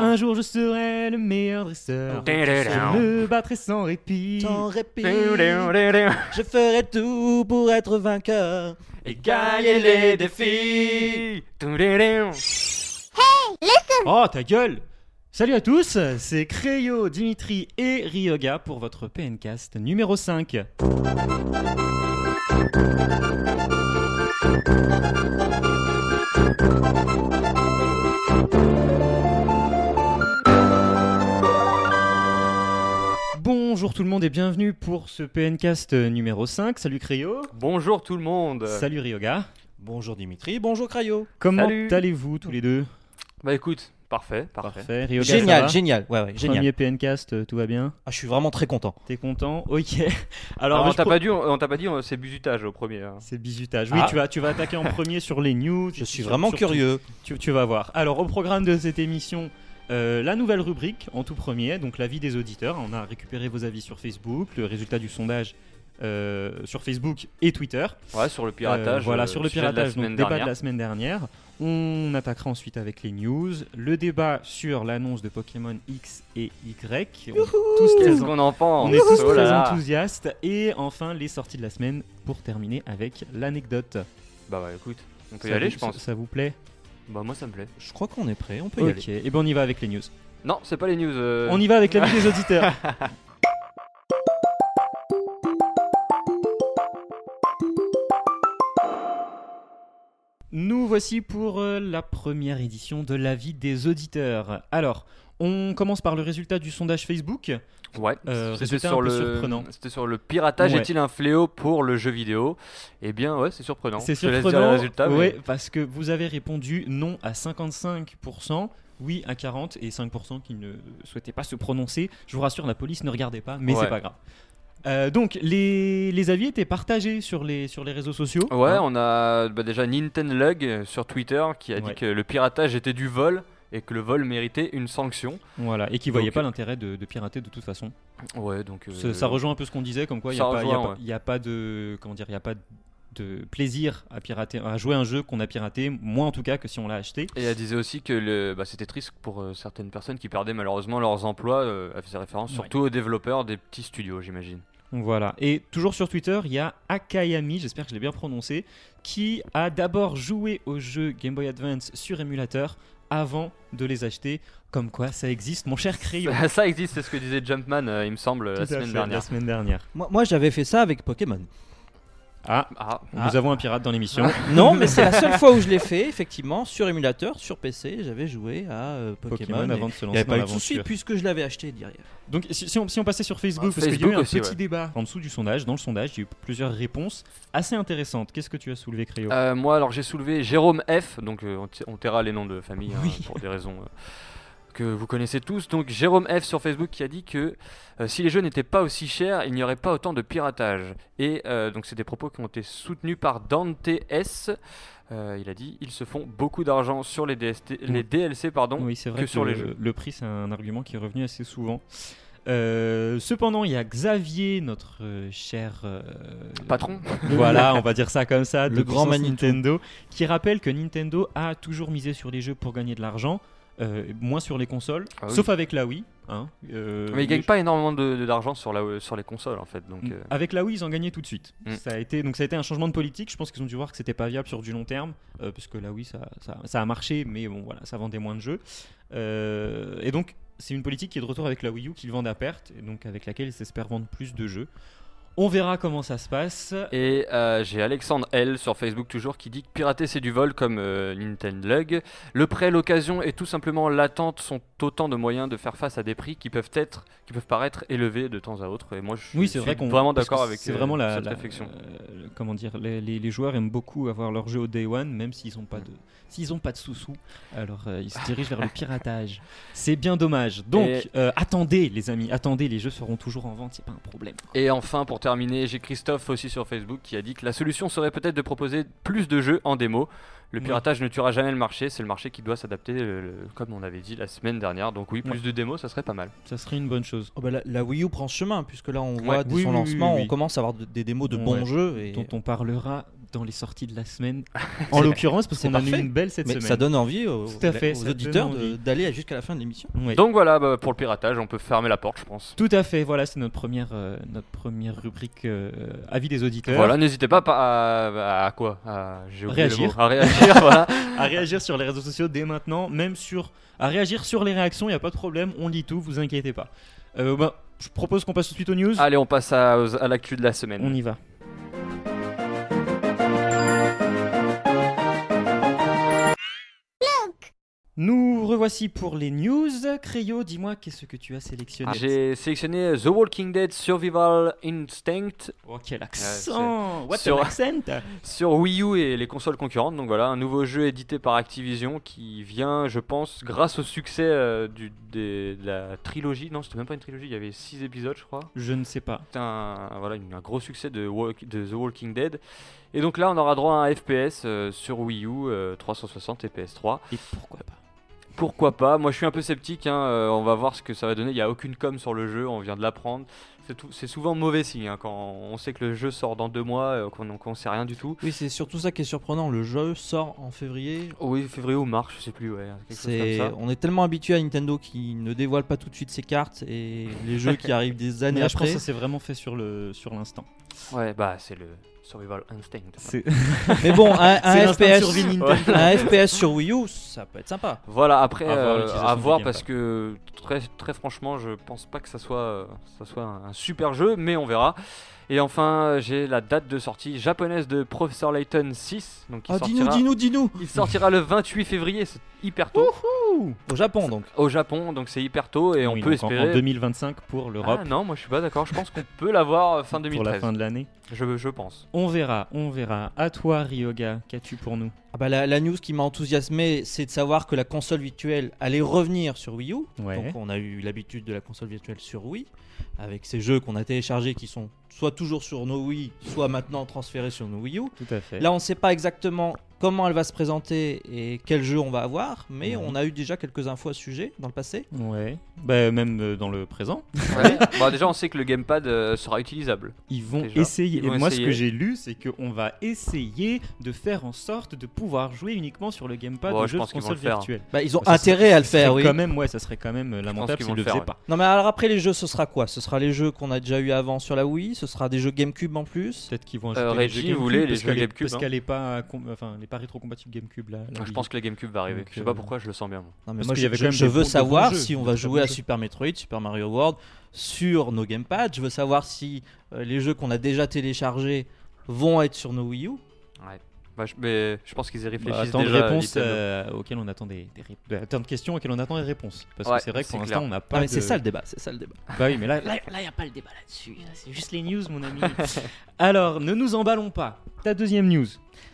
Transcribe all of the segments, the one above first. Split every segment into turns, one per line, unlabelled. Un jour je serai le meilleur dresseur. Je me battrai sans répit.
Sans répit, je ferai tout pour être vainqueur.
Et gagner les défis. Oh ta gueule Salut à tous, c'est Créo, Dimitri et Ryoga pour votre PNcast numéro 5. Bonjour tout le monde et bienvenue pour ce PNcast numéro 5. Salut Créo,
Bonjour tout le monde.
Euh.
salut Ryoga.
Bonjour Dimitri, bonjour Crayo.
Comment
Salut.
allez-vous tous les deux
Bah écoute, parfait, parfait.
Ryoga, ça va
Génial, génial. Ouais, ouais, génial.
Premier PNcast, euh, tout va bien
Ah, je suis vraiment très content.
T'es content Ok.
Alors,
Alors, bah,
on
je
t'a
pro-
pas dit, on t'a pas dit, euh, c'est busutage au premier. hein.
c'est bizutage. Oui,
Ah.
tu, vas, tu vas attaquer en premier sur les news.
Je suis
sur-
vraiment
sur-
curieux.
Tu, tu vas voir. Alors, au programme de cette émission, euh, la nouvelle rubrique en tout premier, donc l'avis des auditeurs. On a récupéré vos avis sur Facebook, le résultat du sondage euh, sur Facebook et Twitter.
Ouais, sur le
Euh,
piratage.
voilà,
euh,
sur le
sujet de la
piratage, donc
semaine
débat
dernière.
de la semaine dernière. On attaquera ensuite avec les news, le débat sur l'annonce de Pokémon X et Y. On est tous très
Qu'est-ce
en-
qu'on en pense
on est tous
Oh là
très
là.
enthousiastes. Et enfin, les sorties de la semaine pour terminer avec l'anecdote.
Bah, bah, écoute, on peut y
Ça
aller,
vous-
je pense.
Ça, ça vous plaît
Bah moi ça me plaît.
Je crois qu'on est prêt, on peut y
Ok,
aller.
et ben on y va avec les news.
Non, c'est pas les news. euh,
On y va avec l'avis des auditeurs. Nous voici pour euh, la première édition de l'avis des auditeurs. Alors, on commence par le résultat du sondage Facebook.
Ouais.
Euh,
C'était
résultat un
sur
peu
le.
surprenant.
C'était sur le piratage
Ouais.
est-il un fléau pour le jeu vidéo Eh bien ouais, c'est surprenant.
C'est
Je te laisse dire les
surprenant.
résultats. mais-
ouais, parce que vous avez répondu non à 55%. Oui à 40 et 5% qui ne souhaitaient pas se prononcer. Je vous rassure, la police ne regardait pas, mais c'est
Ouais.
pas grave. Euh, donc les, les avis étaient partagés sur les, sur les réseaux sociaux.
Ouais,
Hein.
on a bah, déjà Nintendo Lug euh, sur Twitter qui a
Ouais.
dit que le piratage était du vol et que le vol méritait une sanction.
voilà, et qui voyaient
Donc-
pas l'intérêt de, de pirater de toute façon.
Ouais, donc. euh,
Ça, ça rejoint un peu ce qu'on disait, comme quoi il n'y a,
ça
pas- y a
rejoint,
pas- y a pas de comment dire, il y a pas de plaisir à pirater, à jouer un jeu qu'on a piraté, moins en tout cas que si on l'a acheté.
Et elle disait aussi que le, bah, c'était triste pour euh, certaines personnes qui perdaient malheureusement leurs emplois. euh, elle faisait référence
Ouais.
surtout aux développeurs des petits studios, j'imagine.
Donc Voilà. Et toujours sur Twitter, il y a Akayami, j'espère que je l'ai bien prononcé, qui a d'abord joué aux jeux Game Boy Advance sur émulateur avant de les acheter. Comme quoi, ça existe, mon cher crayon.
ça existe, c'est ce que disait Jumpman, euh, il me semble,
Tout
la
à
semaine
fait,
dernière.
La semaine dernière.
Moi, moi, j'avais fait ça avec Pokémon.
Ah,
Ah,
nous avons un pirate dans l'émission.
Non, mais c'est la seule fois où je l'ai fait, effectivement, sur émulateur, sur PC, j'avais joué à euh, Pokémon.
Pokémon
et
avant de se lancer
Il n'y avait
dans
pas eu de souci
l'aventure.
puisque je l'avais acheté derrière.
Donc si, si on, si on passait sur Facebook,
Ah,
parce qu'il y a eu
Facebook
un
aussi,
petit
ouais.
débat en dessous du sondage, dans le sondage, il y a eu plusieurs réponses assez intéressantes. Qu'est-ce que tu as soulevé, Créo
Euh, moi, alors j'ai soulevé Jérôme F, donc euh, on t- on taira les noms de famille hein,
Oui.
pour des raisons euh, que vous connaissez tous. Donc Jérôme F sur Facebook qui a dit que euh, si les jeux n'étaient pas aussi chers, il n'y aurait pas autant de piratage. Et euh, donc c'est des propos qui ont été soutenus par Dante S. Euh, il a dit ils se font beaucoup d'argent sur les, DST les
Oui.
DLC pardon.
Oui, c'est vrai
que
que
sur les
le,
jeux.
le prix, c'est un argument qui est revenu assez souvent. Euh, cependant, il y a Xavier, notre euh, cher euh,
Patron.
Voilà, on va dire ça comme ça,
Le
de
grand
grand
Manitou.
Nintendo, qui rappelle que Nintendo a toujours misé sur les jeux pour gagner de l'argent, euh, moins sur les consoles,
Ah oui.
sauf avec la Wii. hein, euh, Mm.
Mais ils gagnent
je-
pas énormément de- de- d'argent sur, la- sur les consoles en fait. Donc, euh,
Avec la Wii, ils ont gagné tout de suite.
Mm.
Ça a été, donc ça a été un changement de politique. Je pense qu'ils ont dû voir que c'était pas viable sur du long terme, euh, parce que la Wii, ça, ça- ça a marché, mais bon, voilà, ça vendait moins de jeux. Euh, et donc, c'est une politique qui est de retour avec la Wii U, qu'ils vendent à perte, et donc avec laquelle ils s'espèrent vendre plus de jeux. On verra comment ça se passe.
Et euh, j'ai Alexandre L sur Facebook toujours qui dit que pirater c'est du vol comme euh, Nintendo Lug. Le prêt, l'occasion et tout simplement l'attente sont autant de moyens de faire face à des prix qui peuvent être, qui peuvent paraître élevés de temps à autre. Et moi je suis,
Oui,
je
c'est
suis
vrai qu'on
vraiment
parce que
d'accord avec
C'est
euh,
vraiment la,
cette
la-
réflexion.
euh, comment dire, les, les- les joueurs aiment beaucoup avoir leur jeu au day one, même s'ils n'ont pas de, s'ils ont pas de sous-sous. Alors euh, ils se dirigent vers le piratage. C'est bien dommage. Donc
Et-
euh, attendez, les amis, attendez, les jeux seront toujours en vente, c'est pas un problème.
Et enfin pour terminer, j'ai Christophe aussi sur Facebook qui a dit que la solution serait peut-être de proposer plus de jeux en démo. Le
Oui.
piratage ne tuera jamais le marché, c'est le marché qui doit s'adapter, euh, le- comme on avait dit la semaine dernière. Donc oui, plus de démos, ça serait pas mal.
Ça serait une bonne chose.
Oh bah, la, la Wii U prend ce chemin puisque là on voit dès
Oui,
son
oui, oui,
lancement,
oui, oui.
on commence à avoir de- des démos de
Ouais.
bons jeux et
Dont on parlera dans les sorties de la semaine. en l'occurrence, parce
C'est
qu'on en a eu
parfait.
une belle cette
Mais
semaine.
ça donne envie aux,
Tout à fait,
aux
ça donne
auditeurs de-
envie.
d'aller jusqu'à la fin de l'émission.
Ouais.
Donc voilà, bah, pour le piratage, on peut fermer la porte, je pense.
Tout à fait, voilà, c'est notre première, euh, notre première rubrique euh, avis des auditeurs.
Voilà, n'hésitez pas à, à- à quoi à, j'ai oublié le
Réagir.
mot. À réagir, voilà.
À réagir sur les réseaux sociaux dès maintenant, même sur. À réagir sur les réactions, il n'y a pas de problème, on lit tout, vous inquiétez pas. Euh, bah, je propose qu'on passe tout de suite aux news.
Allez, on passe à, aux- à l'actu de la semaine.
On y va. Nous revoici pour les news. Créo, dis-moi qu'est-ce que tu as sélectionné.
Ah, J'ai sélectionné The Walking Dead Survival Instinct
Oh, quel accent What
Ah, Sur-
an accent
sur Wii U et les consoles concurrentes. Donc voilà, un nouveau jeu édité par Activision qui vient, je pense, grâce au succès euh, du, des- de la trilogie. Non, c'était même pas une trilogie, il y avait 6 épisodes, je crois.
Je ne sais pas.
C'était un, voilà, une- un gros succès de, Walk- de The Walking Dead. Et donc là, on aura droit à un FPS euh, sur Wii U, euh, 360 et PS3.
Et pourquoi pas
Pourquoi pas Moi, je suis un peu sceptique. hein, euh, on va voir ce que ça va donner. Il n'y a aucune com sur le jeu. On vient de l'apprendre. C'est tout- C'est souvent mauvais signe hein, quand on sait que le jeu sort dans deux mois, euh, qu'on ne sait rien du tout.
Oui, c'est surtout ça qui est surprenant. Le jeu sort en février.
Oui, février ou mars, je sais plus. Ouais, quelque chose
C'est-
comme ça.
On est tellement habitué à Nintendo qui ne dévoile pas tout de suite ses cartes et les jeux qui arrivent des années
Mais là, je pense
après.
que ça s'est vraiment fait sur le sur l'instant.
Ouais, bah c'est le survival instinct.
C'est
Mais bon, un, un
c'est l'instinct de
FPS,
survie Nintendo.
Ouais.
un FPS sur Wii U, ça peut être sympa.
Voilà, après,
À voir
euh,
l'utilisation
à
du
voir
gamepad.
parce que très, très franchement, je pense pas que ça soit, euh, ça soit un, un super jeu, mais on verra. Et enfin, j'ai la date de sortie japonaise de Professor Layton 6. Donc il,
Ah, dis-nous,
sortira,
dis-nous, dis-nous
il sortira le 28 février, c'est hyper tôt.
Au Japon donc.
Au Japon, donc c'est hyper tôt et on
Oui,
peut
donc en-
espérer.
en 2025 pour l'Europe
Ah non, moi je suis pas d'accord, je pense qu'on peut l'avoir euh, fin
pour
2013.
la fin de l'année.
Je, je pense.
On verra, on verra. À toi Ryoga, qu'as-tu pour nous
Ah bah, la, la news qui m'a enthousiasmé, c'est de savoir que la console virtuelle allait revenir sur Wii U.
Ouais.
Donc on a eu l'habitude de la console virtuelle sur Wii, avec ces jeux qu'on a téléchargés qui sont soit toujours sur nos Wii, soit maintenant transférés sur nos Wii U.
Tout à fait.
Là, on ne sait pas exactement comment elle va se présenter et quel jeu on va avoir, mais
Mhm.
on a eu déjà quelques infos à ce sujet dans le passé.
Ouais. Bah, même euh, dans le présent,
Ouais. Bah, déjà, on sait que le gamepad euh, sera utilisable.
ils vont
Déjà,
essayer.
ils vont
Et moi, ce
essayer.
que j'ai lu, c'est qu'on va essayer de faire en sorte de pouvoir jouer uniquement sur le gamepad
Ouais,
de
je
jeu de
pense qu'ils vont
console
le faire.
virtuelle.
Bah, ils ont
Ça serait-
intérêt à le faire,
Serait
oui.
Quand même, ouais, ça serait quand même euh, lamentable
qu'ils
s'ils
vont
ne
le
le
faire,
faisaient
ouais.
pas.
Non, mais alors après, les jeux, ce sera quoi Ce sera les jeux qu'on a déjà eu avant sur la Wii, ce sera des jeux GameCube en plus.
Peut-être qu'ils vont
Euh,
ajouter les
Reggie
jeux GameCube
voulait les
parce
jeux
qu'elle est-
GameCube, hein.
parce qu'elle est pas, euh, com- enfin, elle est pas rétrocompatible GameCube là. la
je
Wii.
pense que le gamecube va arriver.
Ah, Donc,
je sais pas
euh,
pourquoi, je le sens bien. moi.
Non, mais
Parce
moi,
qu'il y
je,
avait quand
je-
même
je
des bons-
veux
des bons
savoir
jeux,
si on
des
va
très
jouer
bons
à
jeux.
Super Metroid, Super Mario World sur nos gamepads. Je veux savoir si euh, les jeux qu'on a déjà téléchargés vont être sur nos Wii U.
Bah, je, mais je pense qu'ils y
Bah,
réfléchissent
attends des
déjà.
réponses
Nintendo.
euh, auxquelles on attend des, des ré- euh, attends de questions auxquelles on attend des réponses. Parce
Ouais,
que c'est vrai que
c'est
pour l'instant,
clair.
on n'a
Ah,
pas.
mais
de-
c'est ça le débat, c'est ça le débat.
Bah oui, mais là,
Là, il n'y a pas le débat là-dessus. là, C'est juste les news, mon ami.
Alors, ne nous emballons pas. Ta deuxième news.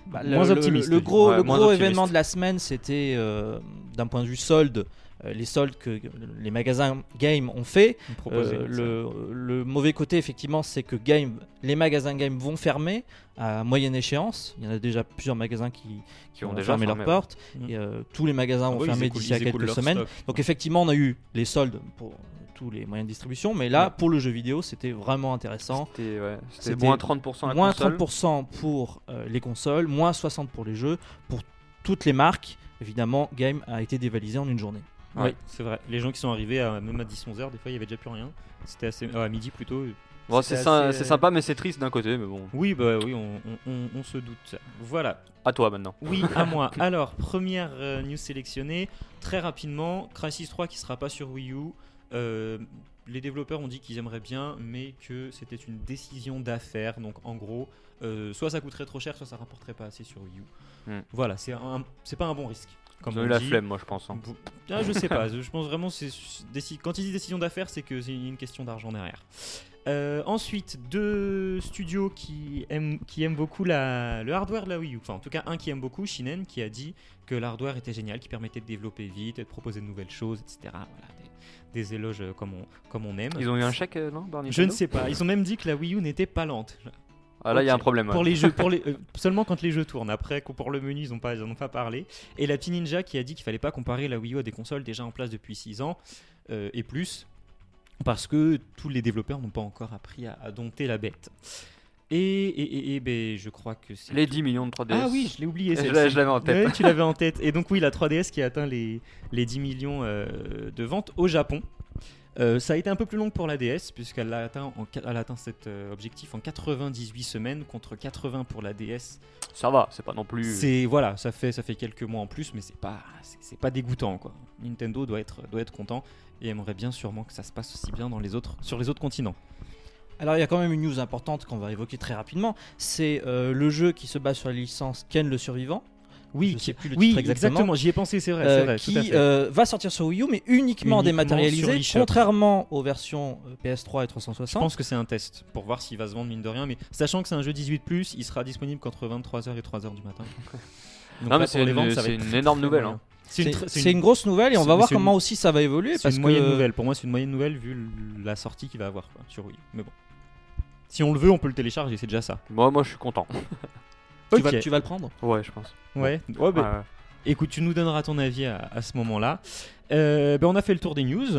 Bah,
Moins optimiste,
Le,
lui.
gros,
Ouais,
le
moins
gros
optimiste.
événement de la semaine, c'était euh, d'un point de vue solde, euh, les soldes que les magasins Game ont fait.
Proposée,
Euh, le, le mauvais côté, effectivement, c'est que game, les magasins Game vont fermer à moyenne échéance. Il y en a déjà plusieurs magasins qui,
qui ont
vont
déjà
fermer leurs
fermé. Ah
portes.
Mm.
Et euh, tous les magasins vont fermer d'ici à quelques semaines. Donc effectivement, on a eu les soldes pour tous les moyens de distribution. Mais là,
Ouais.
pour le jeu vidéo, c'était vraiment intéressant.
C'était ouais, c'était
C'était
moins 30% la
moins
console.
30% pour euh, les consoles, moins 60% pour les jeux, pour toutes les marques. Évidemment, Game a été dévalisé en une journée.
Oui,
Ouais.
c'est vrai. Les gens qui sont arrivés à, même à 10-11h, des fois, il n'y avait déjà plus rien. C'était assez... ah, à midi plutôt.
Bon, c'est
C'était
sy-
assez-
c'est sympa, mais c'est triste d'un côté. Mais bon,
Oui, bah oui, on, on- on- on se doute. Voilà.
à toi maintenant.
Oui, à moi. Alors, première euh, news sélectionnée. Très rapidement, Crysis 3 qui sera pas sur Wii U. Euh, les développeurs ont dit qu'ils aimeraient bien, mais que c'était une décision d'affaires. Donc, en gros, euh, soit ça coûterait trop cher, soit ça rapporterait pas assez sur Wii U.
Hmm.
Voilà, c'est un- c'est pas un bon risque. Comme
J'ai
on
eu la
dit.
flemme, moi, je pense. hein.
Vous- Ah, je sais pas, je pense vraiment c'est déci- quand ils disent décision d'affaires, c'est que c'est une question d'argent derrière. Euh, ensuite, deux studios qui aiment, qui aiment beaucoup la, le hardware de la Wii U. Enfin, en tout cas, un qui aime beaucoup, Shinen, qui a dit que l'hardware était génial, qui permettait de développer vite, et de proposer de nouvelles choses, etc. Voilà, des, des éloges euh, comme on, comme on aime.
Ils ont eu un chèque, euh, non par
Je ne
Nintendo
sais pas. Ils ont même dit que la Wii U n'était pas lente.
Ah, là, il y a un
Ok.
problème. ouais.
Pour les jeux, pour les, euh, seulement quand les jeux tournent. Après, co- pour le menu, ils n'ont pas, ils en ont pas parlé. Et la petite ninja qui a dit qu'il fallait pas comparer la Wii U à des consoles déjà en place depuis 6 ans euh, et plus, parce que tous les développeurs n'ont pas encore appris à, à dompter la bête. Et, et, et- et, ben, je crois que c'est.
Les
tout.
10 millions de 3DS.
Ah oui, je l'ai oublié.
Je
celle-ci.
l'avais- je l'avais en tête.
Ouais, tu l'avais en tête. Et donc, oui, la 3DS qui a atteint les, les 10 millions euh, de ventes au Japon. Euh, ça a été un peu plus long que pour la DS, puisqu'elle a atteint, en, elle a atteint cet euh, objectif en 98 semaines contre 80 pour la DS.
Ça va, c'est pas non plus.
C'est voilà, ça fait ça fait quelques mois en plus, mais c'est pas c'est c'est pas dégoûtant quoi. Nintendo doit être doit être content et aimerait bien sûrement que ça se passe aussi bien dans les autres sur les autres continents.
Alors il y a quand même une news importante qu'on va évoquer très rapidement. C'est euh, le jeu qui se base sur la licence Ken le Survivant.
Oui,
Je sais plus le
oui,
titre
exactement.
exactement.
J'y ai pensé, c'est vrai,
euh,
c'est vrai, tout à
qui
fait.
euh, va sortir sur Wii U mais uniquement,
Uniquement sur
dématérialisé,
l'eShop.
contrairement aux versions euh, PS3 et
Je
360.
pense que c'est un test pour voir s'il va se vendre mine de rien, mais sachant que c'est un jeu 18+, il sera disponible qu'entre 23h et 3h du matin. Donc
Non,
là,
mais
pour
c'est
les
une-
ventes, ça va
c'est
être
une
très,
énorme
très
nouvelle,
moyen.
hein.
C'est une,
C'est
tr-
c'est une grosse nouvelle et on
c'est-
va voir
c'est une-
comment aussi ça va évoluer
c'est
parce
une moyenne
que
nouvelle. Pour moi, c'est une moyenne nouvelle vu l- la sortie qu'il va avoir quoi, sur Wii. Mais bon. Si on le veut, on peut le télécharger, c'est déjà ça.
Moi, moi, je suis content.
tu,
Ok.
vas, tu vas le prendre.
Ouais, je pense.
Ouais. Ouais, bah,
Ouais, ouais.
Écoute, tu nous donneras ton avis à, à ce moment-là. Euh, ben, on a fait le tour des news.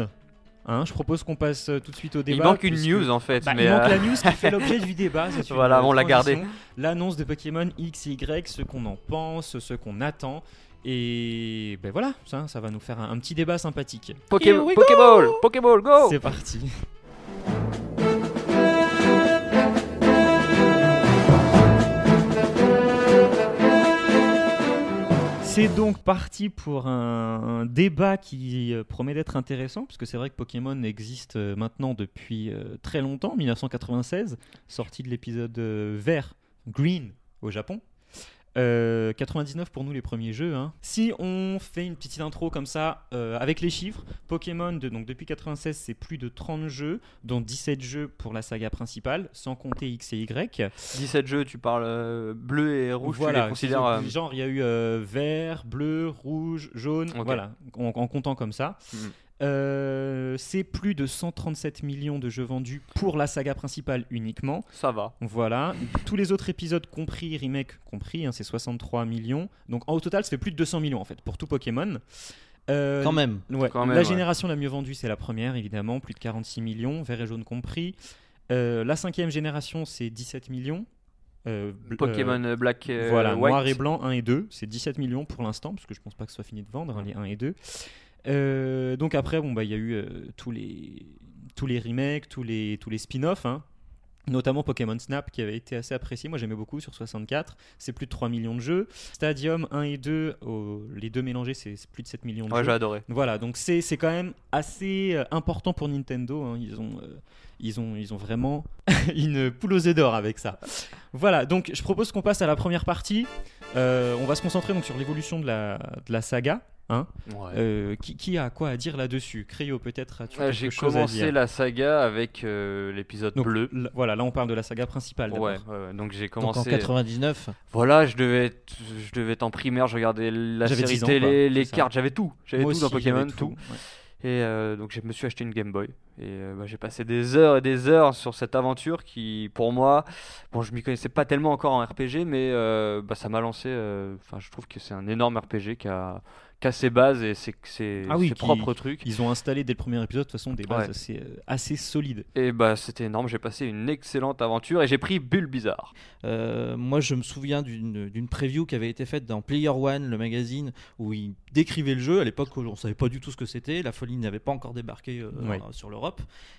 Hein, je propose qu'on passe euh, tout de suite au
Il
débat.
manque une
puisque-
news en fait,
Bah,
mais
il manque
euh,
la news qui fait l'objet du débat. c'est une,
Voilà,
euh,
on l'a gardée.
transition. L'annonce de Pokémon X, Y, ce qu'on en pense, ce qu'on attend. Et ben voilà, ça, ça va nous faire un, un petit débat sympathique.
Poké-
Here we go.
Pokéball, Pokéball, go
C'est parti. C'est donc parti pour un, un débat qui euh, promet d'être intéressant, parce que c'est vrai que Pokémon existe euh, maintenant depuis euh, très longtemps, 1996, sorti de l'épisode euh, vert, Green, au Japon. Euh, 99 pour nous les premiers jeux. hein. Si on fait une petite intro comme ça, euh, avec les chiffres, Pokémon, de- donc depuis 96, c'est plus de 30 jeux, dont 17 jeux pour la saga principale, sans compter X et Y.
17 jeux, tu parles euh, bleu et rouge, tu les considères. euh,
c'est- Genre, il y a eu euh, vert, bleu, rouge, jaune,
Ok.
voilà, en, en comptant comme ça.
Mhm.
Euh, c'est plus de 137 millions de jeux vendus pour la saga principale uniquement.
Ça va.
Voilà, tous les autres épisodes compris, remake compris, hein, c'est 63 millions. Donc en- au total, ça fait plus de 200 millions en fait pour tout Pokémon. Euh,
Quand même.
ouais,
Quand même,
la
ouais.
génération la mieux vendue, c'est la première évidemment, plus de 46 millions, vert et jaune compris. Euh, la cinquième génération, c'est 17 millions. Euh, bl- euh,
Pokémon euh, Black euh,
voilà,
White.
noir et blanc 1 et 2, c'est 17 millions pour l'instant, parce que je pense pas que ce soit fini de vendre, hein, les 1 et 2. Euh, donc après, bon, bah, il y a eu euh, tous, les, tous les remakes, tous les, tous les spin-offs, hein. notamment Pokémon Snap qui avait été assez apprécié, moi j'aimais beaucoup sur 64, c'est plus de 3 millions de jeux. Stadium 1 et 2, oh, les deux mélangés, c'est c'est plus de 7 millions de
Ouais,
jeux.
j'ai adoré.
Voilà, donc c'est c'est quand même assez euh, important pour Nintendo. hein. Ils, ont, euh, ils, ont, ils ont vraiment une poule aux œufs d'or avec ça. Voilà, donc je propose qu'on passe à la première partie. Euh, on va se concentrer donc sur l'évolution de la, de la saga. hein. Euh, qui, qui a quoi à dire là-dessus Créo, peut-être as-tu
Ouais, Ah,
quelque
J'ai
chose à
commencé
dire
la saga avec euh, l'épisode
Donc,
bleu.
l- Voilà, là on parle de la saga principale. d'abord.
Ouais, ouais, ouais, donc j'ai
Donc en
commencé.
99.
Voilà, je devais, être, je devais être en primaire, je regardais la
J'avais
série
10 ans,
télé,
quoi, c'est
les
ça.
cartes, j'avais tout. J'avais tout
Moi
dans
aussi, j'avais
Pokémon, tout.
ouais.
Et euh, donc je me suis acheté une Game Boy. Et euh, bah, j'ai passé des heures et des heures sur cette aventure qui, pour moi, bon, je m'y connaissais pas tellement encore en RPG, mais euh, bah, ça m'a lancé. euh, Enfin, je trouve que c'est un énorme RPG qui a, qui a ses bases et ses, ses-
Ah oui,
ses
qui-
propres trucs.
Ils ont installé dès le premier épisode, de toute façon, des bases
Ouais.
assez, euh, assez solides.
Et bah, c'était énorme. J'ai passé une excellente aventure et j'ai pris Bulle Bizarre.
Euh, moi, je me souviens d'une d'une preview qui avait été faite dans Player One, le magazine, où il décrivait le jeu. À l'époque, on savait pas du tout ce que c'était. La folie n'avait pas encore débarqué euh,
Ouais.
euh, sur l'Europe.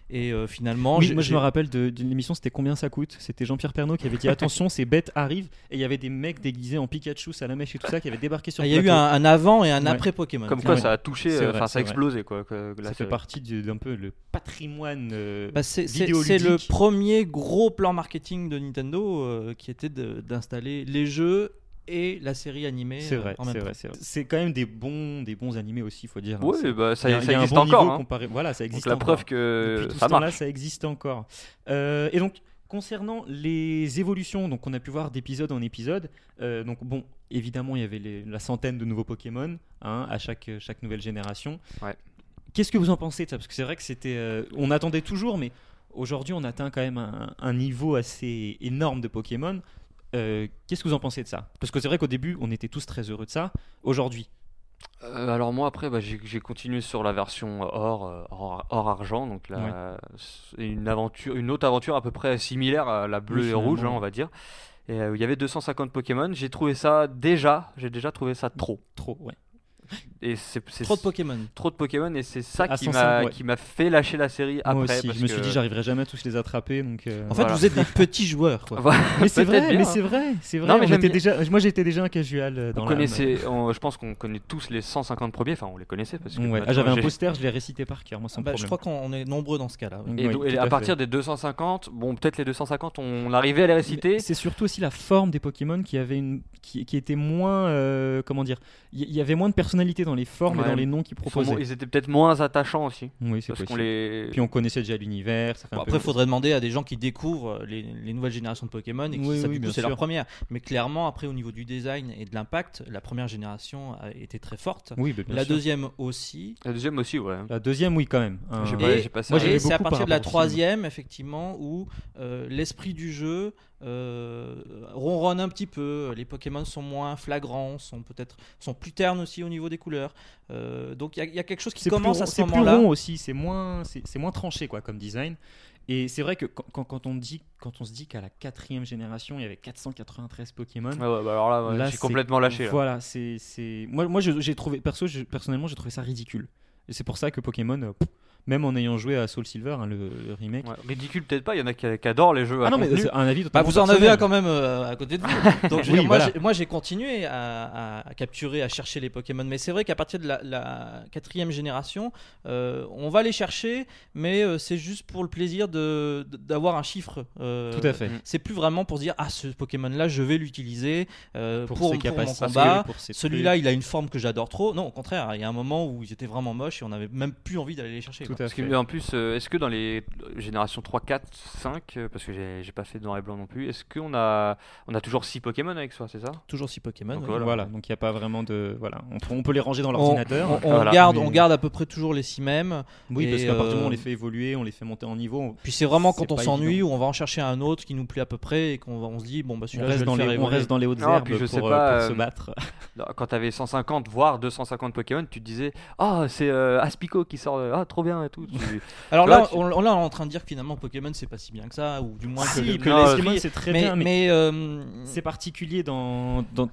Et euh, finalement,
Oui,
j'ai-
moi je
j'ai-
me rappelle de- d'une émission, c'était combien ça coûte C'était Jean-Pierre Pernaud qui avait dit attention, ces bêtes arrivent. Et il y avait des mecs déguisés en Pikachu, Salamèche et tout ça qui avaient débarqué sur
Ah,
le
il y a eu
plateau.
un, un avant et un
Ouais.
après Pokémon.
Comme
Ah, c'est
quoi,
vrai.
ça a touché,
C'est
euh,
vrai,
enfin, ça a
c'est vrai.
explosé quoi. que- que la
Ça fait
série.
partie du- d'un peu le patrimoine. euh,
Bah, c'est c'est-
vidéoludique.
c'est le premier gros plan marketing de Nintendo euh, qui était de- d'installer les jeux et la série animée
c'est
euh,
vrai,
en même
c'est
temps.
vrai, c'est vrai. C'est quand même des bons, des bons animés aussi, faut dire. hein.
Ouais,
C'est-
bah, ça,
il y a-
ça
il y a un
existe
bon
encore.
niveau
hein.
comparé- Voilà, ça
Donc
existe.
la
encore.
preuve que
Depuis tout ce
Euh, ça
temps-là,
marche.
ça existe encore. Euh, et donc, concernant les évolutions, donc on a pu voir d'épisode en épisode. euh, donc bon, évidemment, il y avait les- la centaine de nouveaux Pokémon hein, à chaque, chaque nouvelle génération.
Ouais.
Qu'est-ce que vous en pensez de ça Parce que c'est vrai que c'était, euh, on attendait toujours, mais aujourd'hui, on atteint quand même un, un niveau assez énorme de Pokémon. Euh, Qu'est-ce que vous en pensez de ça Parce que c'est vrai qu'au début, on était tous très heureux de ça. Aujourd'hui,
Euh, alors moi après bah, j'ai j'ai continué sur la version hors, euh, hors, hors argent donc là
Ouais.
euh, c'est une aventure une autre aventure à peu près similaire à la bleue
Oui,
et rouge hein,
finalement.
on va dire et euh, il y avait 250 Pokémon j'ai trouvé ça déjà j'ai déjà trouvé ça trop
Trop, ouais.
et c'est c'est-
Trop de Pokémon.
trop de Pokémon et c'est ça
À
qui
105,
m'a
ouais.
qui m'a fait lâcher la série après
Moi aussi,
parce
je me suis
que-
dit j'arriverai jamais à tous les attraper donc. euh,
En fait,
Voilà.
vous êtes des petits joueurs. Quoi.
mais c'est
peut-être
vrai,
bien,
mais
hein.
c'est vrai, c'est vrai.
Non, mais
on
j'aime
était
bien.
déjà, moi j'étais déjà un casual euh, dans
on
l'âme.
connaissait, on- je pense qu'on connaît tous les 150 premiers, enfin on les connaissait parce que
Ouais.
maintenant,
Ah, j'avais un
j'ai-
poster, je l'ai récité par cœur, moi sans
Bah, je
problème.
crois qu'on est nombreux dans ce cas-là. ouais.
Et,
Oui,
do- et
tout
à
fait.
partir des 250, bon peut-être les 250 on arrivait à les réciter,
Mais C'est surtout aussi la forme des Pokémon qui avait une, qui, qui était moins, euh, comment dire, il y, il y avait moins de personnalité dans les formes
Ouais.
et dans les noms qu'ils
Ils sont mo-
proposaient.
Ils étaient peut-être moins attachants aussi.
Oui, c'est
Parce qu'on
possible.
les.
Puis on connaissait déjà l'univers. ça fait
Bon,
un peu-
après, il faudrait demander à des gens qui découvrent euh, les, les nouvelles générations de Pokémon et qui
Oui,
ça,
oui,
du coup,
bien
c'est leur
sûr.
première. Mais clairement, après, au niveau du design et de l'impact, la première génération a été très forte.
Oui, bah, bien
la
sûr.
deuxième aussi.
La deuxième aussi, ouais.
La deuxième, oui, quand même. Un-
J'ai pas-
Et,
j'ai pas ça.
Moi, j'aimais
et Euh, c'est à
beaucoup par
partir de la
rapport au film.
troisième, effectivement, où euh, l'esprit du jeu euh, ronronne un petit peu. Les Pokémon sont moins flagrants, sont peut-être sont plus ternes aussi au niveau des couleurs. Euh, donc il y, a- il y a quelque chose qui
C'est plus
commence
rond-
à ce
c'est plus
moment-là.
rond aussi, c'est moins, c'est c'est moins tranché quoi comme design. Et c'est vrai que quand, quand- quand on dit, quand on se dit qu'à la quatrième génération, il y avait 493 Pokémon.
Ouais, ouais, bah alors là, ouais,
Là,
j'ai
c'est-
complètement lâché. là.
Voilà, c'est, c'est- moi, moi je- j'ai trouvé, perso, je- personnellement, j'ai trouvé ça ridicule. Et c'est pour ça que Pokémon, euh, pff, même en ayant joué à Soul Silver, hein, le, le remake.
Ouais, Ridicule peut-être pas, il y en a qui, qui adorent les jeux. à
Ah non, mais
contenu.
c'est un avis
Bah,
totalement
vous en avez
personnel.
un quand même euh, à côté de vous. Donc, je veux
Oui,
dire, moi,
voilà.
j'ai- moi, j'ai continué à, à- à capturer, à chercher les Pokémon. Mais c'est vrai qu'à partir de la, la quatrième génération, euh, on va les chercher, mais euh, c'est juste pour le plaisir de- de- d'avoir un chiffre. euh,
Tout à fait.
Mm.
C'est plus vraiment pour se dire ah ce Pokémon là je vais l'utiliser euh, pour,
ses
pour mon
capacités,
combat.
pour ses
Celui-là il a une forme que j'adore trop. Non au contraire il y a un moment où ils étaient vraiment moches et on avait même plus envie d'aller les chercher.
trucs. Tout
quoi.
à
Parce que,
fait.
en plus, euh, est-ce que dans les générations 3, 4, 5, euh, parce que j'ai j'ai pas fait de noir et blanc non plus, est-ce qu'on a, on a toujours 6 Pokémon avec soi, c'est ça
Toujours si Pokémon.
Donc,
oui.
Voilà. donc il n'y a pas vraiment de. Voilà, on, peut- on peut les ranger dans
On,
l'ordinateur.
on- on
Voilà.
garde,
Mais-
on garde à peu près toujours les six mêmes.
Oui, parce
Et,
qu'à partir du moment où on
euh,
les fait évoluer, on les fait monter en niveau, on,
Puis c'est vraiment
C'est
quand on
pas
s'ennuie
évident.
ou on va en chercher un autre qui nous plaît à peu près et qu'on va- on se dit bon
on
bah celui-là je
reste,
vais
dans
le faire
les, on
évoluer.
reste dans les hautes
Ah,
herbes
puis je
pour,
sais
euh,
pas,
pour se
euh,
battre.
Non, Quand t'avais 150, voire 250 Pokémon, tu te disais Ah, c'est euh, Aspico qui sort, euh, ah, trop bien et tout. Tu-
Alors
Tu
là
vois, tu-
on, on- là, on est en train de dire que finalement Pokémon c'est pas si bien que ça ou du moins que,
Ah, Si,
le-
que
que
non,
l'esprit,
l'esprit-
c'est très
mais,
bien, mais
mais, euh,
c'est particulier dans. dans-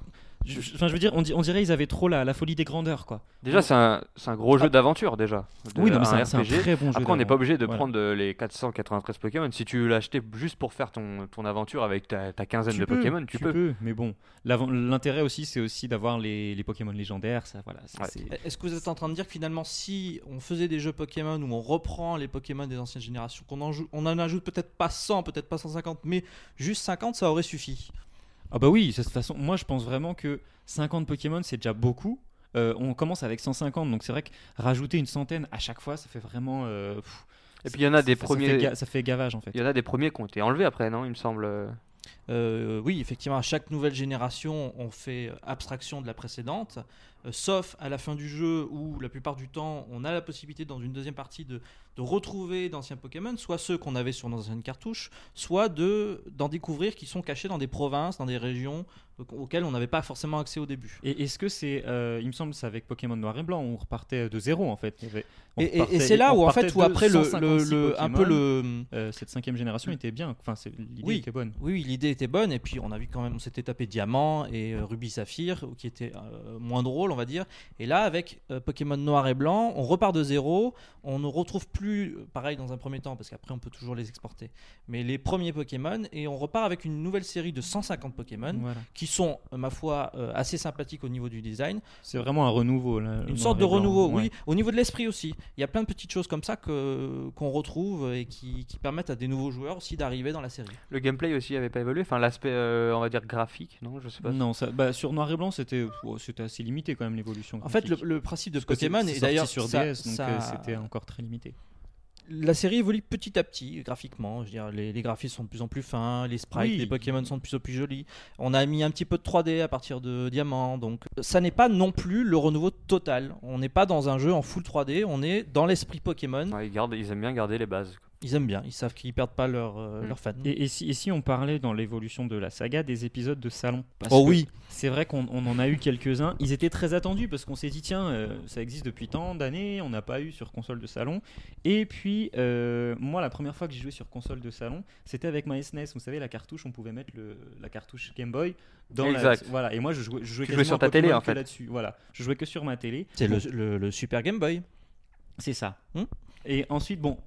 je- je- Enfin, je veux dire, on, di- on dirait ils avaient trop la, la folie des grandeurs, quoi.
Déjà, c'est un, c'est un gros jeu d'aventure, déjà. de-
oui, non, mais c'est
un
un, c'est un
RPG.
très bon jeu.
Après, on n'est pas
d'avant.
obligé de
Voilà.
prendre euh, les 493 Pokémon. Si tu veux l'acheter juste pour faire ton, ton aventure avec ta, ta quinzaine de
peux,
Pokémon, tu, peux.
Mais bon, l'avant- l'intérêt aussi, c'est aussi d'avoir les, les Pokémon légendaires. Ça, voilà, ça,
Ouais.
c'est-
Est-ce que vous êtes en train de dire que finalement, si on faisait des jeux Pokémon où on reprend les Pokémon des anciennes générations, qu'on en, joue- on en ajoute peut-être pas 100, peut-être pas 150, mais juste 50, ça aurait suffi
Ah bah oui, ça, de toute façon, moi je pense vraiment que 50 Pokémon c'est déjà beaucoup. Euh, on commence avec 150, donc c'est vrai que rajouter une centaine à chaque fois, ça fait vraiment. euh, pff,
Et puis, il y en a des
ça-
premiers.
Ça fait, ga- ça fait gavage en fait.
Il y en a des premiers qui ont été enlevés après, non Il me semble.
Euh, oui, effectivement, à chaque nouvelle génération, on fait abstraction de la précédente, euh, sauf à la fin du jeu où la plupart du temps, on a la possibilité dans une deuxième partie de, de retrouver d'anciens Pokémon, soit ceux qu'on avait sur nos anciennes cartouches, soit de d'en découvrir qui sont cachés dans des provinces, dans des régions euh, auxquelles on n'avait pas forcément accès au début.
Et est-ce que c'est. euh, il me semble que c'est avec Pokémon Noir et Blanc, on repartait de zéro en fait. Il y avait- on
Et, et- et
repartait-
c'est là
on
où en
repartait
fait où
de
après le, le-
156
le- un peu
Pokémon.
le
Euh, cette cinquième génération était bien, enfin c'est- l'idée
Oui.
était bonne.
oui oui, l'idée était bonne et puis on a vu quand même on s'était tapé diamant et euh, rubis saphir qui était euh, moins drôle on va dire et là avec euh, Pokémon noir et blanc on repart de zéro on ne retrouve plus euh, pareil dans un premier temps parce qu'après on peut toujours les exporter mais les premiers Pokémon et on repart avec une nouvelle série de 150 Pokémon
Voilà.
qui sont euh, ma foi euh, assez sympathiques au niveau du design
C'est vraiment un renouveau. là, le
une
Euh, Noir
sorte
et
de
Blanc,
renouveau,
ouais.
oui. Au niveau de l'esprit aussi, il y a plein de petites choses comme ça que qu'on retrouve et qui, qui permettent à des nouveaux joueurs aussi d'arriver dans la série.
Le gameplay aussi n'avait pas évolué. Enfin, l'aspect, euh, on va dire, graphique, non Je sais pas.
Non, ça, bah, sur Noir et Blanc, c'était oh, c'était assez limité quand même l'évolution.
En fait, le,
graphique.
le principe de
Parce que c'est-
Pokémon
c'est
et
sorti
d'ailleurs
sur
ça-
DS, donc
ça- Mm.
euh, c'était encore très limité.
la série évolue petit à petit graphiquement. Je veux dire, les, les graphismes sont de plus en plus fins, les sprites,
Oui.
les Pokémon sont de plus en plus jolis. On a mis un petit peu de 3D à partir de Diamant, donc euh, ça n'est pas non plus le renouveau total. On n'est pas dans un jeu en full 3D, on est dans l'esprit Pokémon.
Ouais, ils, gardent- ils aiment bien garder les bases. quoi.
Ils aiment bien, ils savent qu'ils perdent pas leurs euh,
Mm.
leurs fans.
Et, et si, et si on parlait dans l'évolution de la saga des épisodes de salon Parce
Oh
que
oui.
C'est vrai qu'on on en a eu quelques-uns. Ils étaient très attendus parce qu'on s'est dit tiens, euh, ça existe depuis tant d'années, on n'a pas eu sur console de salon. Et puis euh, moi, la première fois que j'ai joué sur console de salon, c'était avec ma SNES. Vous savez, la cartouche, on pouvait mettre le- la cartouche Game Boy dans
Exact.
la voilà. Et moi, je jouais, je jouais
Tu jouais
quasiment
sur
à
ta télé,
Pokémon
en
que
fait.
Là-dessus, voilà. Je jouais que sur ma télé.
C'est le, le- le Super Game Boy.
C'est ça.
Hmm.
et ensuite, bon,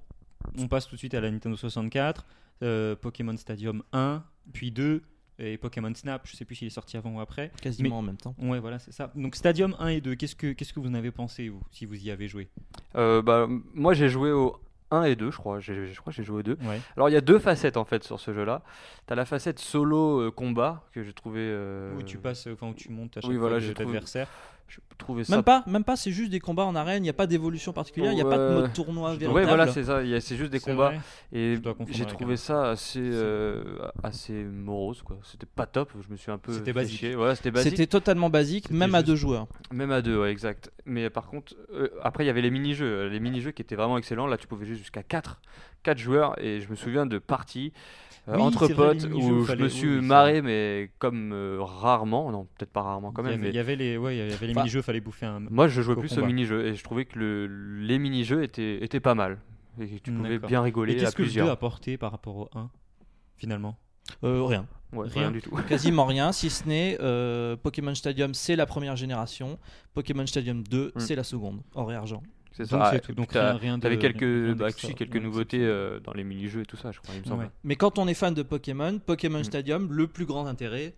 on passe tout de suite à la Nintendo 64, euh, Pokémon Stadium 1, puis 2, et Pokémon Snap, je sais plus s'il est sorti avant ou après.
Quasiment
Mais-
en même temps.
Ouais, voilà, c'est ça. Donc Stadium 1 et 2, qu'est-ce que, qu'est-ce que vous en avez pensé, vous, si vous y avez joué
Euh, bah, moi, j'ai joué au 1 et 2, je crois. J'ai- Je crois que j'ai joué au 2.
Ouais.
Alors, il y a deux facettes en fait sur ce jeu-là. T'as la facette solo euh, combat que j'ai trouvé. euh,
Où tu passes, enfin, où tu montes à chaque
oui, voilà,
fois
j'ai
de
trouvé-
l'adversaire.
J'ai trouvé ça.
Même pas, même pas, c'est juste des combats en arène, il n'y a pas d'évolution particulière, il n'y a pas de
Ouais.
mode tournoi véritable.
Ouais, voilà, c'est ça. il y a- C'est juste des
C'est
combats.
vrai
Et
Je dois confondre
j'ai
avec un
trouvé ça assez, euh, assez morose, quoi. C'était pas top, je me suis un peu.
C'était
fait
basique.
chier. Voilà, c'était basique.
C'était totalement basique,
C'était
même à
juste-
deux joueurs.
Même à deux, ouais, exact. Mais par contre, euh, après, il y avait les mini-jeux. euh, Les mini-jeux qui étaient vraiment excellents. Là, tu pouvais jouer jusqu'à 4, quatre joueurs. Et je me souviens de parties euh,
Oui,
entre
c'est vrai, les
potes
mini-jeux,
où je
fallait-
me
oui,
suis
oui, c'est
marré, mais comme euh, rarement. Non, peut-être pas rarement quand
il, y
même.
avait,
mais
il y avait les, ouais, il y avait les
Enfin,
mini-jeux, fallait bouffer un.
Moi, je jouais
Au
plus aux
combat.
mini-jeux. Et je trouvais que le- les mini-jeux étaient, étaient pas mal. Et que tu
Mm,
pouvais
d'accord.
bien
Et
rigoler à
qu'est-ce que le 2
plusieurs.
a apporté par rapport au 1 Finalement.
Euh, rien.
Ouais,
Rien.
rien du tout.
Quasiment rien, si ce n'est euh, Pokémon Stadium, c'est la première génération. Pokémon Stadium 2,
Mm.
c'est la seconde, or et argent.
C'est
Donc
ça.
c'est
Et
tout.
puis
Donc
t'as-
rien, rien de.
T'avais quelques,
rien
bah,
d'extra.
si, quelques
Ouais,
nouveautés
c'est-
euh, dans les mini-jeux et tout ça, je crois, il me semble.
Ouais.
Mais quand on est fan de Pokémon, Pokémon
Mm.
Stadium, le plus grand intérêt,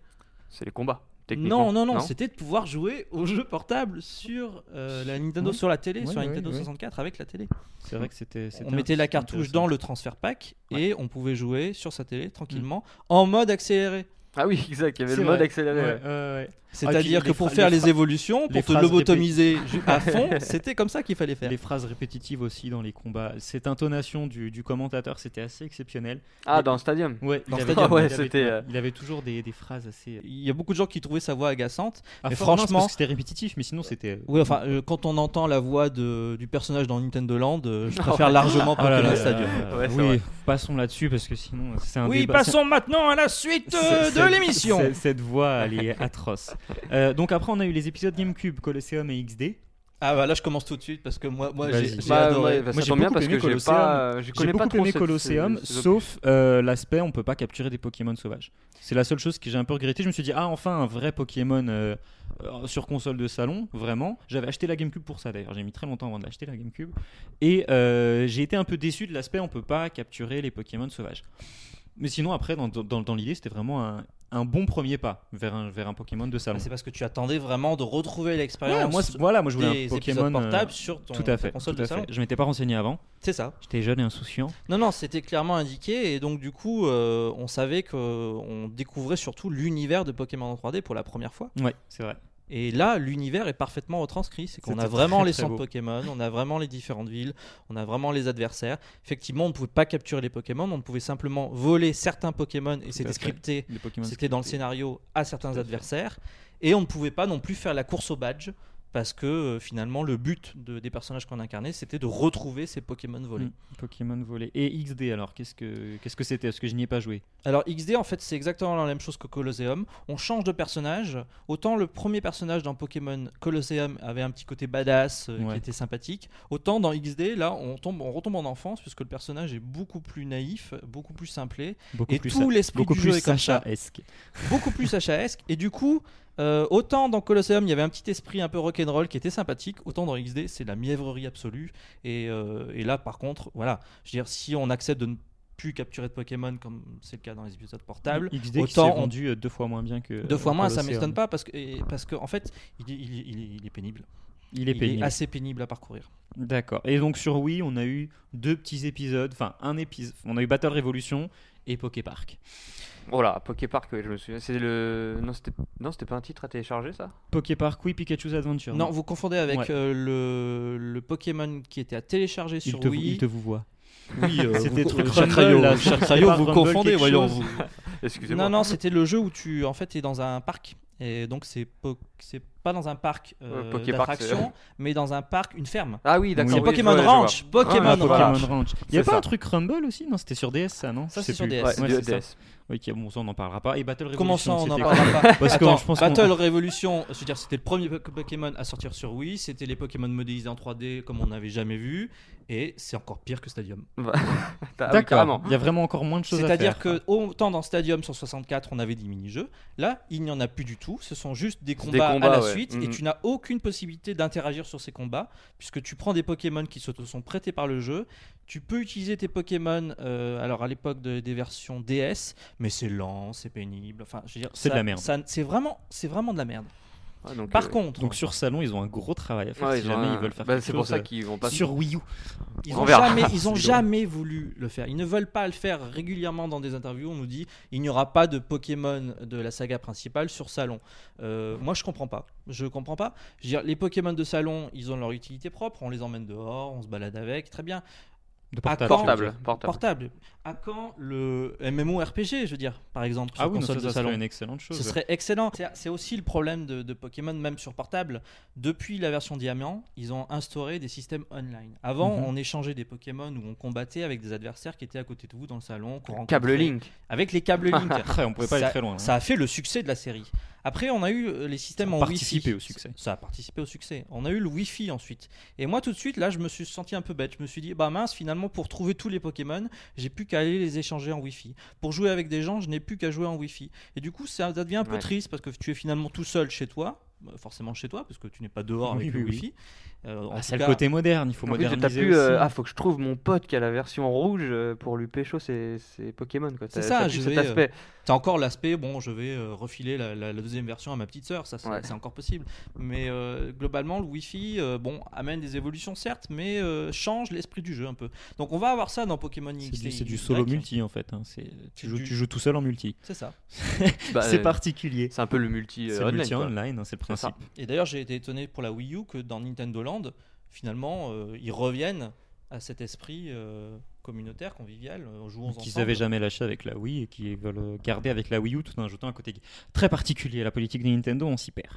C'est les combats, techniquement.
non, non, non, c'était de pouvoir jouer aux jeux portables sur euh, la Nintendo,
Ouais.
sur la télé, sur la
Ouais, ouais,
Nintendo
ouais.
64 avec la télé.
C'est vrai que c'était.
On mettait la cartouche
dans
dans le transfert pack et on pouvait jouer sur sa télé tranquillement
Mm.
en mode accéléré.
Ah oui, exact, il y avait
C'est
le mode
vrai.
accéléré. ouais.
Ouais, ouais, ouais.
C'est-à-dire
puis
que
Ah, les
pour
phra-
faire
les
les,
phra-
évolutions,
les
pour te
phrases
lobotomiser ju- à fond, c'était comme ça qu'il fallait faire.
Les phrases répétitives aussi dans les combats. Cette intonation du, du commentateur, c'était assez exceptionnel.
Ah, dans Stadium
Ouais,
Dans
il
Stadium,
avait,
ouais,
il, avait,
c'était, euh,
il avait toujours des, des phrases assez.
Il y a beaucoup de gens qui trouvaient sa voix agaçante.
Ah,
Mais
fort, non, c'est
franchement-
parce que c'était répétitif, mais sinon c'était.
Oui, enfin, euh, quand on entend la voix de- du personnage dans Nintendo Land, euh, je préfère largement Pokémon Stadium.
euh,
Ouais, c'est
oui,
vrai.
passons là-dessus parce que sinon euh, c'est un
Oui, bah,
débat.
passons maintenant à la suite
c'est-
euh,
c'est-
de
c'est-
l'émission.
c'est- Cette voix, elle est atroce. Euh, donc après, on a eu les épisodes GameCube, Colosseum et XD.
Ah bah là je commence tout de suite parce que moi, moi
Vas-y.
j'ai j'ai
Bah,
adoré.
ouais, bah,
Moi,
ça
j'ai
tombe bien
beaucoup
parce
aimé
que j'ai
Colosseum.
pas. euh, Je
J'ai
connais pas
beaucoup
trop
aimé
cette-
Colosseum,
ces- ces opus.
sauf euh, l'aspect on peut pas capturer des Pokémon sauvages. C'est la seule chose que j'ai un peu regretté. Je me suis dit ah enfin un vrai Pokémon euh, euh, sur console de salon, vraiment. J'avais acheté la GameCube pour ça d'ailleurs. J'ai mis très longtemps avant de l'acheter la GameCube et euh, j'ai été un peu déçu de l'aspect on peut pas capturer les Pokémon sauvages. Mais sinon après dans, dans- dans l'idée c'était vraiment un, un bon premier pas vers un, vers un Pokémon de
Ah,
salon.
c'est parce que tu attendais vraiment de retrouver
Ouais,
l'expérience
moi, c'est- voilà, moi je voulais
des
un
épisodes
Pokémon euh,
portables sur ton,
tout à
ta
fait.
console
tout
de
à fait.
salon.
Je m'étais pas renseigné avant.
C'est ça.
J'étais jeune et insouciant.
Non, non, c'était clairement indiqué et donc du coup, euh, on savait que on découvrait surtout l'univers de Pokémon en 3D pour la première fois.
Ouais, c'est vrai.
Et là, l'univers est parfaitement retranscrit. C'est qu'on
C'était
a vraiment
très,
les
très
centres
beau.
Pokémon, on a vraiment les différentes villes, on a vraiment les adversaires. Effectivement, on ne pouvait pas capturer les Pokémon, on pouvait simplement voler certains Pokémon et c'était
fait.
scripté
Les Pokémon
C'était dans le scénario à certains adversaires. Et on ne pouvait pas non plus faire la course au badge. Parce que euh, finalement, le but de- des personnages qu'on incarnait, c'était de retrouver ces Pokémon volés.
Mm. Pokémon volé. Et XD alors, qu'est-ce que qu'est-ce que c'était Parce que je n'y ai pas joué.
Alors, XD, en fait, c'est exactement la même chose que Colosseum. On change de personnage. Autant le premier personnage dans Pokémon Colosseum avait un petit côté badass euh,
Ouais.
qui était sympathique. Autant dans XD, là, on, tombe, on retombe en enfance, puisque le personnage est beaucoup plus naïf, beaucoup plus simplé.
Beaucoup
et
plus
tout l'esprit
beaucoup
du
plus
jeu est comme ça.
Sacha-esque.
beaucoup plus sachaesque et du coup euh, autant dans Colosseum il y avait un petit esprit un peu rock'n'roll qui était sympathique autant dans XD c'est la mièvrerie absolue et, euh, et là par contre voilà je veux dire si on accepte de ne plus capturer de Pokémon comme c'est le cas dans les épisodes portables
XD qui s'est
Autant on-
vendu euh, deux fois moins bien que.
deux fois
euh,
moins ça
Colosseum.
m'étonne pas parce que, et- parce que en fait il, est- il est- il est- il est pénible
Il est
il
pénible.
est assez pénible à parcourir
D'accord. Et donc sur Wii, on a eu deux petits épisodes, enfin un épisode. On a eu Battle Revolution et Poképark.
Voilà, Poképark, ouais, je me souviens. C'est le. Non, c'était non, c'était pas un titre à télécharger, ça
Poképark, oui, Pikachu's Adventure.
non vous confondez avec
Ouais.
euh, le, le Pokémon qui était à télécharger
il
sur
te, vous-
Wii
il te vous voit.
oui euh,
C'était
vous-
truc
Sharkrayo,
Rumble, là,
Sharkrayo,
Rumble,
vous
quelque
confondez
chose.
voyons vous
Excusez-moi.
Non, non, c'était le jeu où tu en fait es dans un parc et donc c'est po- c'est pas dans un parc euh,
Euh, Poképark,
d'attractions, mais dans un parc, une ferme.
Ah oui, d'accord.
C'est
Oui,
Pokémon
je vois, je vois.
Ranch. Pokémon
Ah, Pokémon
Ranch.
Ranch. Il y a
C'est
pas
ça.
un truc Rumble aussi Non, c'était sur DS ça, non
Ça,
Je
c'est
sais
sur
plus.
DS.
Ouais,
Ouais, Ah
c'est ça.
DS.
Ok, bon, ça on n'en parlera pas. Et Battle Revolution.
Comment ça, on n'en
c'était
parlera pas
Parce que
Attends,
je pense qu'on-
Battle Revolution, je veux dire, c'était le premier po- Pokémon à sortir sur Wii, c'était les Pokémon modélisés en 3D comme on n'avait jamais vu, et c'est encore pire que Stadium.
Ah oui,
D'accord.
carrément.
Il y a vraiment encore moins de choses à faire.
C'est-à-dire que autant dans Stadium sur 64 on avait des mini-jeux, là il n'y en a plus du tout, ce sont juste des combats, à
combats,
la
ouais.
suite et
Mhm.
tu n'as aucune possibilité d'interagir sur ces combats puisque tu prends des Pokémon qui se te sont prêtés par le jeu, tu peux utiliser tes Pokémon euh, alors à l'époque de- des versions DS mais c'est lent, c'est pénible, enfin je veux dire
C'est de
ça-
la merde.
ça- C'est vraiment, c'est vraiment de la merde.
Ah, donc,
Par
euh,
contre,
Donc sur salon, ils ont un gros travail à faire
ouais,
si
ils ont
jamais
un-
ils veulent faire
Bah,
quelque
C'est pour
chose
ça
euh,
qu'ils vont pas
sur Wii U.
Ils
On
ont
verra.
jamais, ils ont
C'est
jamais voulu le faire. Ils ne veulent pas le faire régulièrement dans des interviews. On nous dit il n'y aura pas de Pokémon de la saga principale sur salon. Euh, moi, je comprends pas. Je comprends pas. Je veux dire, les Pokémon de salon, ils ont leur utilité propre. On les emmène dehors, on se balade avec, très bien.
De
À
portable.
quand
portable, portable.
Portable. À quand le MMORPG, je veux dire, par exemple, sur
Ah oui, non, ça,
console
ça
de
serait
salon
une excellente chose.
ce serait excellent. C'est- C'est aussi le problème de, de Pokémon, même sur portable. Depuis la version Diamant, ils ont instauré des systèmes online. Avant,
Mhm.
on échangeait des Pokémon ou on combattait avec des adversaires qui étaient à côté de vous dans le salon. qu'on
Câble
rencontrait.
Link.
Avec les câbles Link.
Après, on pouvait pas
Ça-
aller très loin. hein.
Ça a fait le succès de la série. Après, on a eu euh, les systèmes
Ça a
en
participé
Wi-Fi.
au succès.
Ça a participé au succès. On a eu le Wi-Fi ensuite. Et moi, tout de suite, là, je me suis senti un peu bête. Je me suis dit, bah mince, finalement, pour trouver tous les Pokémon, j'ai plus qu'à aller les échanger en Wi-Fi. Pour jouer avec des gens, je n'ai plus qu'à jouer en Wi-Fi. Et du coup, ça, ça devient un peu
Ouais.
triste parce que tu es finalement tout seul chez toi. Bah, Forcément chez toi, parce que tu n'es pas dehors
Oui,
avec le
oui, oui.
Wi-Fi. Euh, en
Ah,
tout
c'est le
cas,
côté moderne, il faut
En plus,
moderniser.
t'as pu,
aussi.
euh, ah, faut que je trouve mon pote qui a la version rouge euh, pour lui pécho ses, ses Pokémon. quoi. T'as-
C'est ça,
t'as plus
je
cet
vais, euh,
aspect.
T'as encore l'aspect, bon, je vais euh, refiler la, la- la deuxième version à ma petite sœur, ça c'est
Ouais.
c'est encore possible. Mais euh, globalement, le Wi-Fi, euh, bon, amène des évolutions certes, mais euh, change l'esprit du jeu un peu. Donc on va avoir ça dans Pokémon
C'est
X.
du,
et
c'est du
Y.
solo multi en fait. hein. C'est-
C'est
Tu, joues,
du-
tu joues tout seul en multi.
C'est ça.
Bah,
c'est
euh,
particulier.
C'est un peu le multi. euh,
C'est le
online,
multi
quoi.
online, hein, c'est le
C'est ça.
principe.
Et d'ailleurs, j'ai été étonné pour la Wii U que dans Nintendo Land, finalement, euh, ils reviennent à cet esprit euh, communautaire, convivial, euh, jouons ensemble.
Qu'ils n'avaient jamais lâché avec la Wii et qu'ils veulent garder avec la Wii U tout en ajoutant un côté très particulier. La politique de Nintendo, on s'y perd.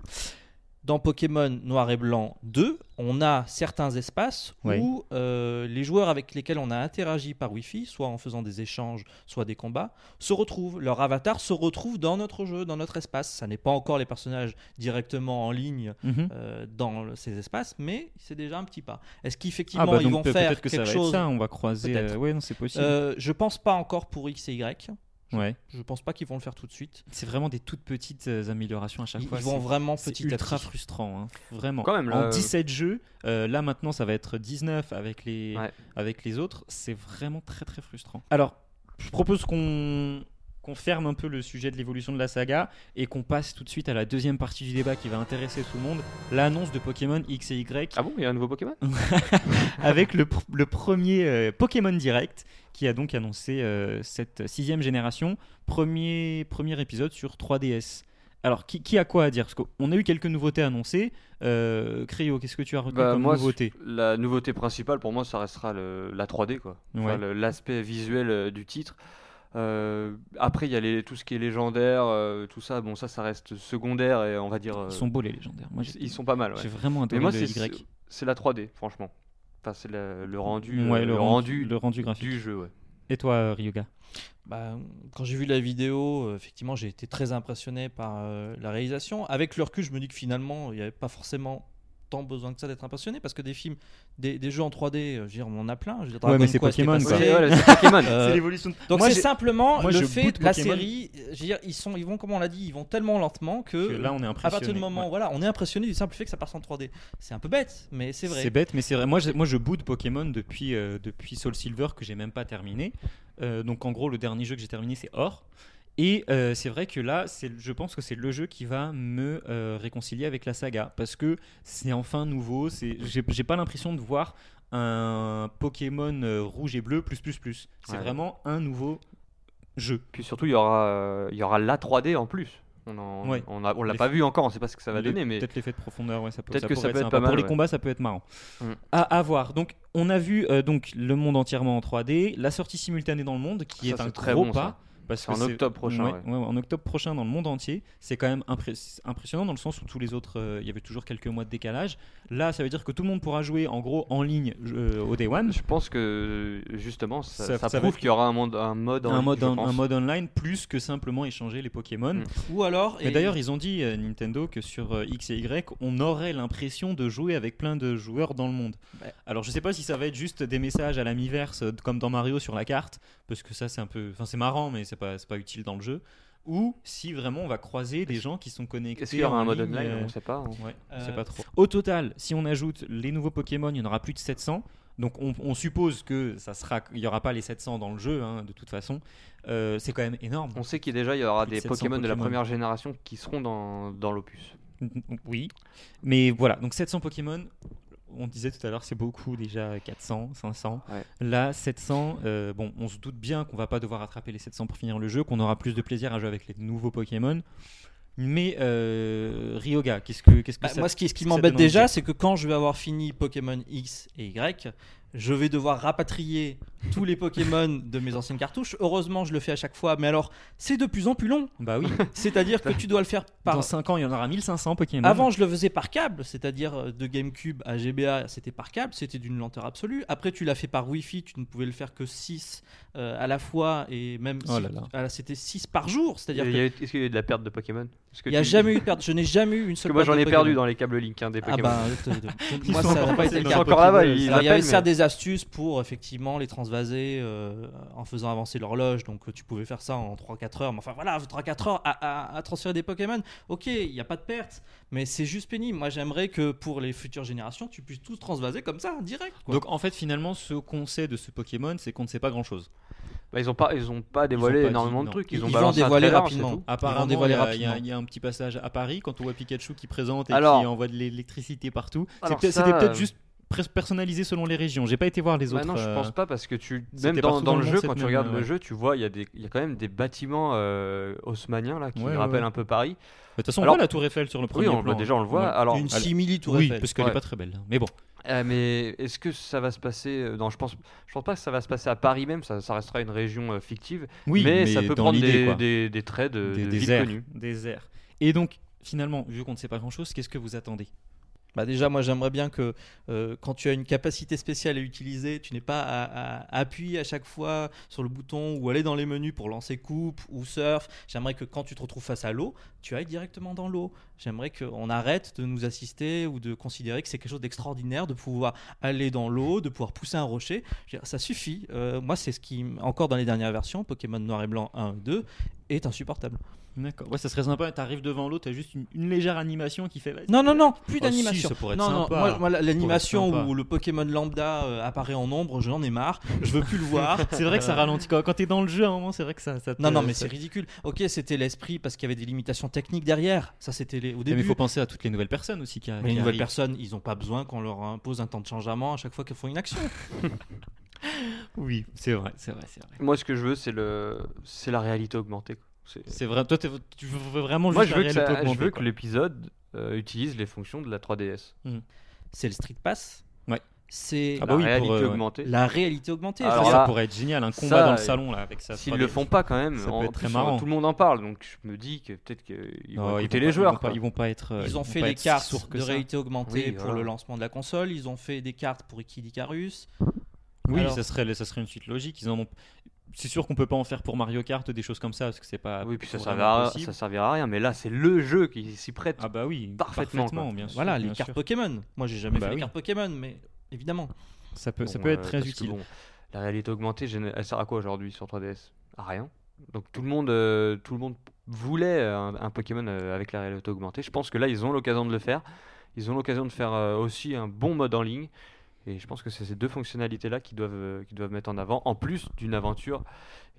dans Pokémon Noir et Blanc 2, on a certains espaces
Oui.
où euh, les joueurs avec lesquels on a interagi par Wi-Fi, soit en faisant des échanges, soit des combats, se retrouvent. Leur avatar se retrouve dans notre jeu, dans notre espace. Ça n'est pas encore les personnages directement en ligne
Mhm.
euh, dans le- ces espaces, mais c'est déjà un petit pas. Est-ce
Ah
qu'effectivement
bah
ils
donc
vont
peut-
faire
peut-être que ça
quelque
va
chose
être ça, on va croiser.
Peut-être.
euh, ouais, non, c'est possible.
Euh, Je pense pas encore pour X et Y.
Ouais.
Je pense pas qu'ils vont le faire tout de suite.
C'est vraiment des toutes petites euh, améliorations à chaque
Ils,
fois.
ils vont
c'est-
vraiment
C'est
petit à
ultra
petit.
frustrant, hein. vraiment.
Quand même, là,
en
euh,
17 jeux, euh, là maintenant ça va être 19 avec les,
Ouais.
avec les autres, c'est vraiment très très frustrant. Alors, je propose qu'on qu'on ferme un peu le sujet de l'évolution de la saga et qu'on passe tout de suite à la deuxième partie du débat qui va intéresser tout le monde, l'annonce de Pokémon X et Y
Ah bon, il y a un nouveau Pokémon
avec le, pr- le premier euh, Pokémon Direct qui a donc annoncé euh, cette sixième génération, premier, premier épisode sur 3DS. Alors, qui, qui a quoi à dire Parce qu'on a eu quelques nouveautés annoncées. Euh, Cryo, qu'est-ce que tu as retenu
Bah,
comme
moi,
nouveauté
La nouveauté principale pour moi, ça restera le- la 3D, quoi. Enfin,
Ouais.
le- L'aspect visuel euh, du titre. Euh, après, il y a les- tout ce qui est légendaire, euh, tout ça. Bon, ça, ça reste secondaire et on va dire. euh,
Ils sont beaux les légendaires. Moi, j'ai-
ils sont pas mal. ouais.
J'ai vraiment
Mais
adoré
moi,
le
c'est
Y.
c'est la 3D, franchement. Enfin, c'est la- le rendu, euh,
Ouais,
le, rendu,
le rendu graphique.
du jeu. ouais.
Et toi, euh, Ryuga
Bah, quand j'ai vu la vidéo, euh, effectivement, j'ai été très impressionné par euh, la réalisation. Avec le recul, je me dis que finalement, il n'y avait pas forcément tant besoin que ça d'être impressionné parce que des films, des, des jeux en 3D, euh, je veux dire, on en a plein. Je veux dire,
Ouais, mais
Dragon
c'est
Quest est
Pokémon,
passé.
quoi.
Ouais, voilà, c'est Pokémon.
Euh,
l'évolution de
donc
Moi,
c'est
j'ai-
simplement
moi,
le
je
fait
boot
de la
Pokémon.
série. euh, Je veux dire, ils sont, ils vont comme on l'a dit, ils vont tellement lentement que,
Là, on est
à
impressionné.
partir du moment,
Ouais.
voilà, on est impressionné du simple fait que ça passe en 3D. C'est un peu bête, mais c'est vrai.
C'est bête, mais c'est vrai. Moi, je, moi, je boude Pokémon depuis, euh, depuis Soul Silver que j'ai même pas terminé. Euh, donc, en gros, le dernier jeu que j'ai terminé, c'est Or. Et euh, c'est vrai que là, c'est- je pense que c'est le jeu qui va me euh, réconcilier avec la saga parce que c'est enfin nouveau. c'est- J'ai j'ai pas l'impression de voir un Pokémon euh, rouge et bleu plus plus plus. C'est
Ouais.
vraiment un nouveau jeu.
Puis surtout, il y aura, euh, il y aura la 3D en plus. On en-
Ouais.
on a- on l'a
Les-
pas vu encore, on sait pas ce que ça va
Les-
donner, mais
peut-être l'effet de profondeur, ouais, ça peut,
Peut-être que ça
pourrait
peut être
sympa.
pas mal,
Pour les
ouais.
combats, ça peut être marrant.
Mm.
À, à voir. Donc, on a vu euh, donc le monde entièrement en 3D, la sortie simultanée dans le monde, qui
Ça,
est un
c'est très
gros
bon,
pas.
ça.
Parce
C'est en octobre prochain,
ouais,
ouais.
ouais, ouais, en octobre prochain dans le monde entier. C'est quand même impré- impressionnant dans le sens où tous les autres, euh, il y avait toujours quelques mois de décalage. Là, ça veut dire que tout le monde pourra jouer en gros en ligne euh, au Day One.
Je pense que euh, justement, ça,
Ça-
ça
ça va
prouve
être-
qu'il y aura un monde, un mode, en
Un
ligne,
mode,
je
en- un
pense.
mode online plus que simplement échanger les Pokémon.
Mm.
Ou alors.
Mais
et-
d'ailleurs, ils ont dit, euh, Nintendo, que sur euh, X et Y, on aurait l'impression de jouer avec plein de joueurs dans le monde.
Ouais.
Alors, je sais pas si ça va être juste des messages à l'amiverse, euh, comme dans Mario sur la carte, parce que ça, c'est un peu. Enfin, c'est marrant, mais c'est pas, c'est pas utile dans le jeu. Ou si vraiment on va croiser des gens qui sont connectés.
Est-ce qu'il y aura
en
un mode
ligne,
online
euh,
On sait pas. hein.
Ouais, on sait
Euh,
pas trop. Au total, si on ajoute les nouveaux Pokémon, il y en aura plus de 700. Donc on, on suppose que ça sera, il y aura pas les 700 dans le jeu, hein, de toute façon. Euh, c'est quand même énorme.
On sait qu'il y a déjà il y aura
Plus de
des
700
Pokémon de la
Pokémon.
première génération qui seront dans, dans l'opus.
Oui. Mais voilà, donc 700 Pokémon, on disait tout à l'heure, c'est beaucoup déjà 400, 500.
Ouais.
Là, 700, euh, bon, on se doute bien qu'on va pas devoir attraper les 700 pour finir le jeu, qu'on aura plus de plaisir à jouer avec les nouveaux Pokémon. Mais euh, Ryoga, qu'est-ce que, qu'est-ce que
Bah,
ça
moi, ce qui, ce qui
ça donne
m'embête
envie
déjà,
de-
c'est que quand je vais avoir fini Pokémon X et Y, je vais devoir rapatrier tous les Pokémon de mes anciennes cartouches. Heureusement, je le fais à chaque fois, mais alors, c'est de plus en plus long.
Bah oui,
C'est-à-dire que tu dois le faire par.
dans 5 ans, il y en aura 1500 Pokémon.
Avant, je le faisais par câble, c'est-à-dire euh, de GameCube à GBA, c'était par câble, c'était d'une lenteur absolue. Après, tu l'as fait par Wi-Fi, tu ne pouvais le faire que 6 à la fois, et même
Oh
si-
là là.
ah, c'était 6 par jour, c'est-à-dire
Il y
qu'il
a- Est-ce qu'il y a eu de la perte de Pokémon Parce que
n'y a
tu-
jamais eu de perte. Je n'ai jamais eu une
Parce
seule
que moi
perte
j'en ai
de
perdu
Pokémon.
dans les câbles Link hein, des
Ah
Pokémon.
bah, te- te-
Ils
moi
sont
ça n'a
encore-
pas été le
ils
Ils sont
cas.
encore là-bas, ils
Alors, il y avait
appellent,
certes
mais-
des astuces pour effectivement les transvaser euh, en faisant avancer l'horloge, donc euh, tu pouvais faire ça en 3-4 heures. Mais enfin voilà, 3-4 heures à, à- à transférer des Pokémon, ok, il n'y a pas de perte, mais c'est juste pénible. Moi j'aimerais que pour les futures générations, tu puisses tous transvaser comme ça, direct. quoi.
Donc en fait, finalement, ce qu'on sait de ce Pokémon, c'est qu'on ne sait pas grand-chose.
Bah, ils ont pas, ils ont pas dévoilé
pas dit,
énormément de
non.
trucs.
Ils
Ils ont
vont
balancé un
dévoiler
trailer,
rapidement.
c'est tout.
Apparemment, il
Ils vont
y,
dévoiler
a- il y a- il
rapidement.
y a un petit passage à Paris quand on voit Pikachu qui présente et
Alors-
qui envoie de l'électricité partout. C'est
Alors
peut-
ça,
C'était peut-être
euh,
juste pres- personnalisé selon les régions. J'ai pas été voir les
Bah
autres.
non, je
euh,
pense pas parce que tu
c'était
même dans,
partout
dans
dans
le
le
jeu
monde,
quand
cette
tu
même, euh,
regardes le
ouais.
jeu, tu vois il y a des il y a quand même des bâtiments euh, haussmanniens là qui
Ouais, ouais,
rappellent
ouais.
un peu Paris.
De toute façon, on
Alors-
voit la Tour Eiffel sur le premier
Oui, on,
plan.
le- déjà on le voit.
Ouais.
Alors
Une
allez.
simili tour
Oui,
Eiffel.
parce qu'elle
Ouais.
est pas très belle. hein. Mais bon,
Euh, mais est-ce que ça va se passer euh, Non, je pense, je pense pas que ça va se passer à Paris même. Ça, ça restera une région euh, fictive.
oui,
mais, ça peut
dans
prendre
l'idée,
des, euh,
quoi.
des, des traits de,
Des-
de
des
villes
airs.
connues.
Des airs. Et donc, finalement, vu qu'on ne sait pas grand-chose, qu'est-ce que vous attendez
Bah déjà, moi j'aimerais bien que euh, quand tu as une capacité spéciale à utiliser, tu n'aies pas à, à- à appuyer à chaque fois sur le bouton ou aller dans les menus pour lancer coupe ou surf. J'aimerais que quand tu te retrouves face à l'eau, tu ailles directement dans l'eau. J'aimerais qu'on arrête de nous assister ou de considérer que c'est quelque chose d'extraordinaire de pouvoir aller dans l'eau, de pouvoir pousser un rocher. Je veux dire, Ça suffit. Euh, moi, c'est ce qui, m- encore dans les dernières versions, Pokémon Noir et Blanc 1 et 2, est insupportable.
D'accord. Ouais, ça serait sympa. T'arrives devant l'eau, t'as juste une, une légère animation qui fait. vas-y.
Non, non, non, plus
Oh, si,
d'animation.
ça pourrait être
non,
sympa.
non, moi, moi, la-
sympa.
l'animation où le Pokémon lambda euh, apparaît en ombre, j'en ai marre, je veux plus le voir.
C'est vrai que ça
Euh,
ralentit. Quand quand t'es dans le jeu, à un moment, c'est vrai que ça. ça te-
Non, non, mais
Euh, ça-
c'est ridicule. Ok, c'était l'esprit parce qu'il y avait des limitations techniques derrière. Ça, c'était les- au
Eh, Mais
début.
il faut penser à toutes les nouvelles personnes aussi qui, a-
Mais
qui
les nouvelles
arrivent.
personnes, ils n'ont pas besoin qu'on leur impose un temps de changement à chaque fois qu'elles font une action.
Oui, c'est vrai, c'est vrai, c'est vrai.
Moi, ce que je veux, c'est le, c'est la réalité augmentée. quoi. C'est-
C'est vrai. Toi, t'es- tu veux vraiment
Moi,
juste
je
un
veux que,
réel
ça-
augmenté,
je veux que
quoi.
l'épisode euh, utilise les fonctions de la 3DS.
C'est le Street Pass.
Ouais.
C'est
Ah bah
la
oui, pour,
réalité
euh, ouais.
augmentée.
la réalité augmentée.
Ça,
Alors
ça
là,
pourrait être génial, un combat
ça,
dans le
euh,
salon là avec ça.
S'ils le font pas quand même,
ça peut
en
être très
plus, euh,
marrant.
Tout le monde en parle, donc je me dis que peut-être qu'ils vont écouter les
Ils vont,
joueurs.
pas,
quoi.
ils vont pas être. euh,
Ils ont
vont
fait
pas
des
être si sourds
cartes
que
de
ça.
réalité augmentée
Oui,
pour
voilà.
le lancement de la console. Ils ont fait des cartes pour Kid Icarus.
Oui,
Alors-
ça serait, ça serait une suite logique. Ils en ont. C'est sûr qu'on peut pas en faire pour Mario Kart des choses comme ça parce que c'est pas.
Oui, puis ça
vraiment
servira,
possible.
ça servira à rien. Mais là, c'est le jeu qui s'y prête.
Ah bah oui,
Parfaitement,
parfaitement,
quoi.
bien sûr.
voilà, les
bien
cartes
sûr.
Pokémon. Moi, j'ai jamais
Bah
fait
oui.
les cartes Pokémon, mais évidemment.
Ça peut, ça
Bon,
peut
euh,
être très
parce que
utile.
bon, la réalité augmentée, géné- elle sert à quoi aujourd'hui sur 3DS À rien. Donc tout le monde, euh, tout le monde voulait un, un Pokémon euh, avec la réalité augmentée. Je pense que là, ils ont l'occasion de le faire. Ils ont l'occasion de faire euh, aussi un bon mode en ligne. Et je pense que c'est ces deux fonctionnalités-là qui doivent, euh, qu'ils doivent mettre en avant, en plus d'une aventure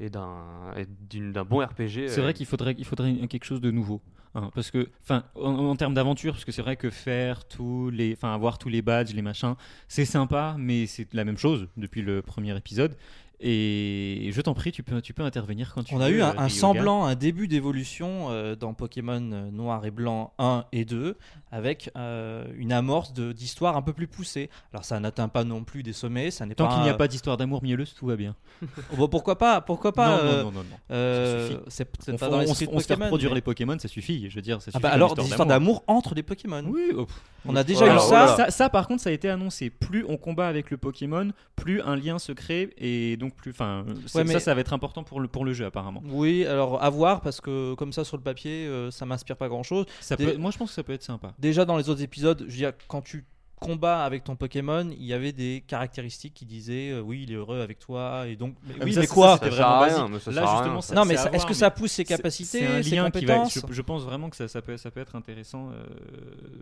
et d'un et d'une- d'un bon RPG.
C'est
euh,
vrai qu'il faudrait, il faudrait une- quelque chose de nouveau. hein, parce que, enfin, en, en termes d'aventure, parce que c'est vrai que faire tous les, enfin, avoir tous les badges, les machins, c'est sympa, mais c'est la même chose depuis le premier épisode. Et je t'en prie, tu peux, tu peux intervenir quand tu
On
veux.
a eu
euh,
un, un
Yoga.
semblant, un début d'évolution euh, dans Pokémon euh, Noir et Blanc 1 et 2, avec euh, une amorce de- d'histoire un peu plus poussée. Alors ça n'atteint pas non plus des sommets, ça n'est
Tant
pas.
qu'il n'y a
un-
pas d'histoire d'amour mielleuse, tout va bien.
Oh, bah, pourquoi pas Pourquoi pas
non,
euh,
non, non, non, non.
euh,
suffit.
C'est peut-être
On,
pas
fait-
dans
on
l'esprit
se
de
on se fait
Pokémon,
reproduire
mais-
les Pokémon, ça suffit. Je veux dire, ça
Ah
suffit.
bah
comme
alors des histoires d'amour entre les Pokémon.
Oui, oh, pff,
On a déjà
Voilà,
eu
oh
ça.
là là.
ça, ça, par contre, ça a été annoncé. Plus on combat avec le Pokémon, plus un lien se crée et donc plus. Enfin, c'est-
Ouais, mais-
ça, ça va être important pour le pour le jeu apparemment.
Oui, alors à voir parce que comme ça sur le papier, euh, ça m'inspire pas grand chose.
Ça
Des-
peut- Moi, je pense que ça peut être sympa.
Déjà dans les autres épisodes, je veux dire, quand tu combats avec ton Pokémon, il y avait des caractéristiques qui disaient euh, oui, il est heureux avec toi et donc mais
Ah,
oui,
ça,
mais
ça,
quoi
c'était
Ça sert à
vraiment
rien,
basique.
mais ça
Là,
sert à
justement,
rien.
ça-
Non mais
c'est à
ça- est-ce
voir,
que
mais
ça pousse ses
c'est- c'est
capacités,
un
ses
lien qui va.
compétences
Je, je pense vraiment que ça, ça peut, ça peut être intéressant euh,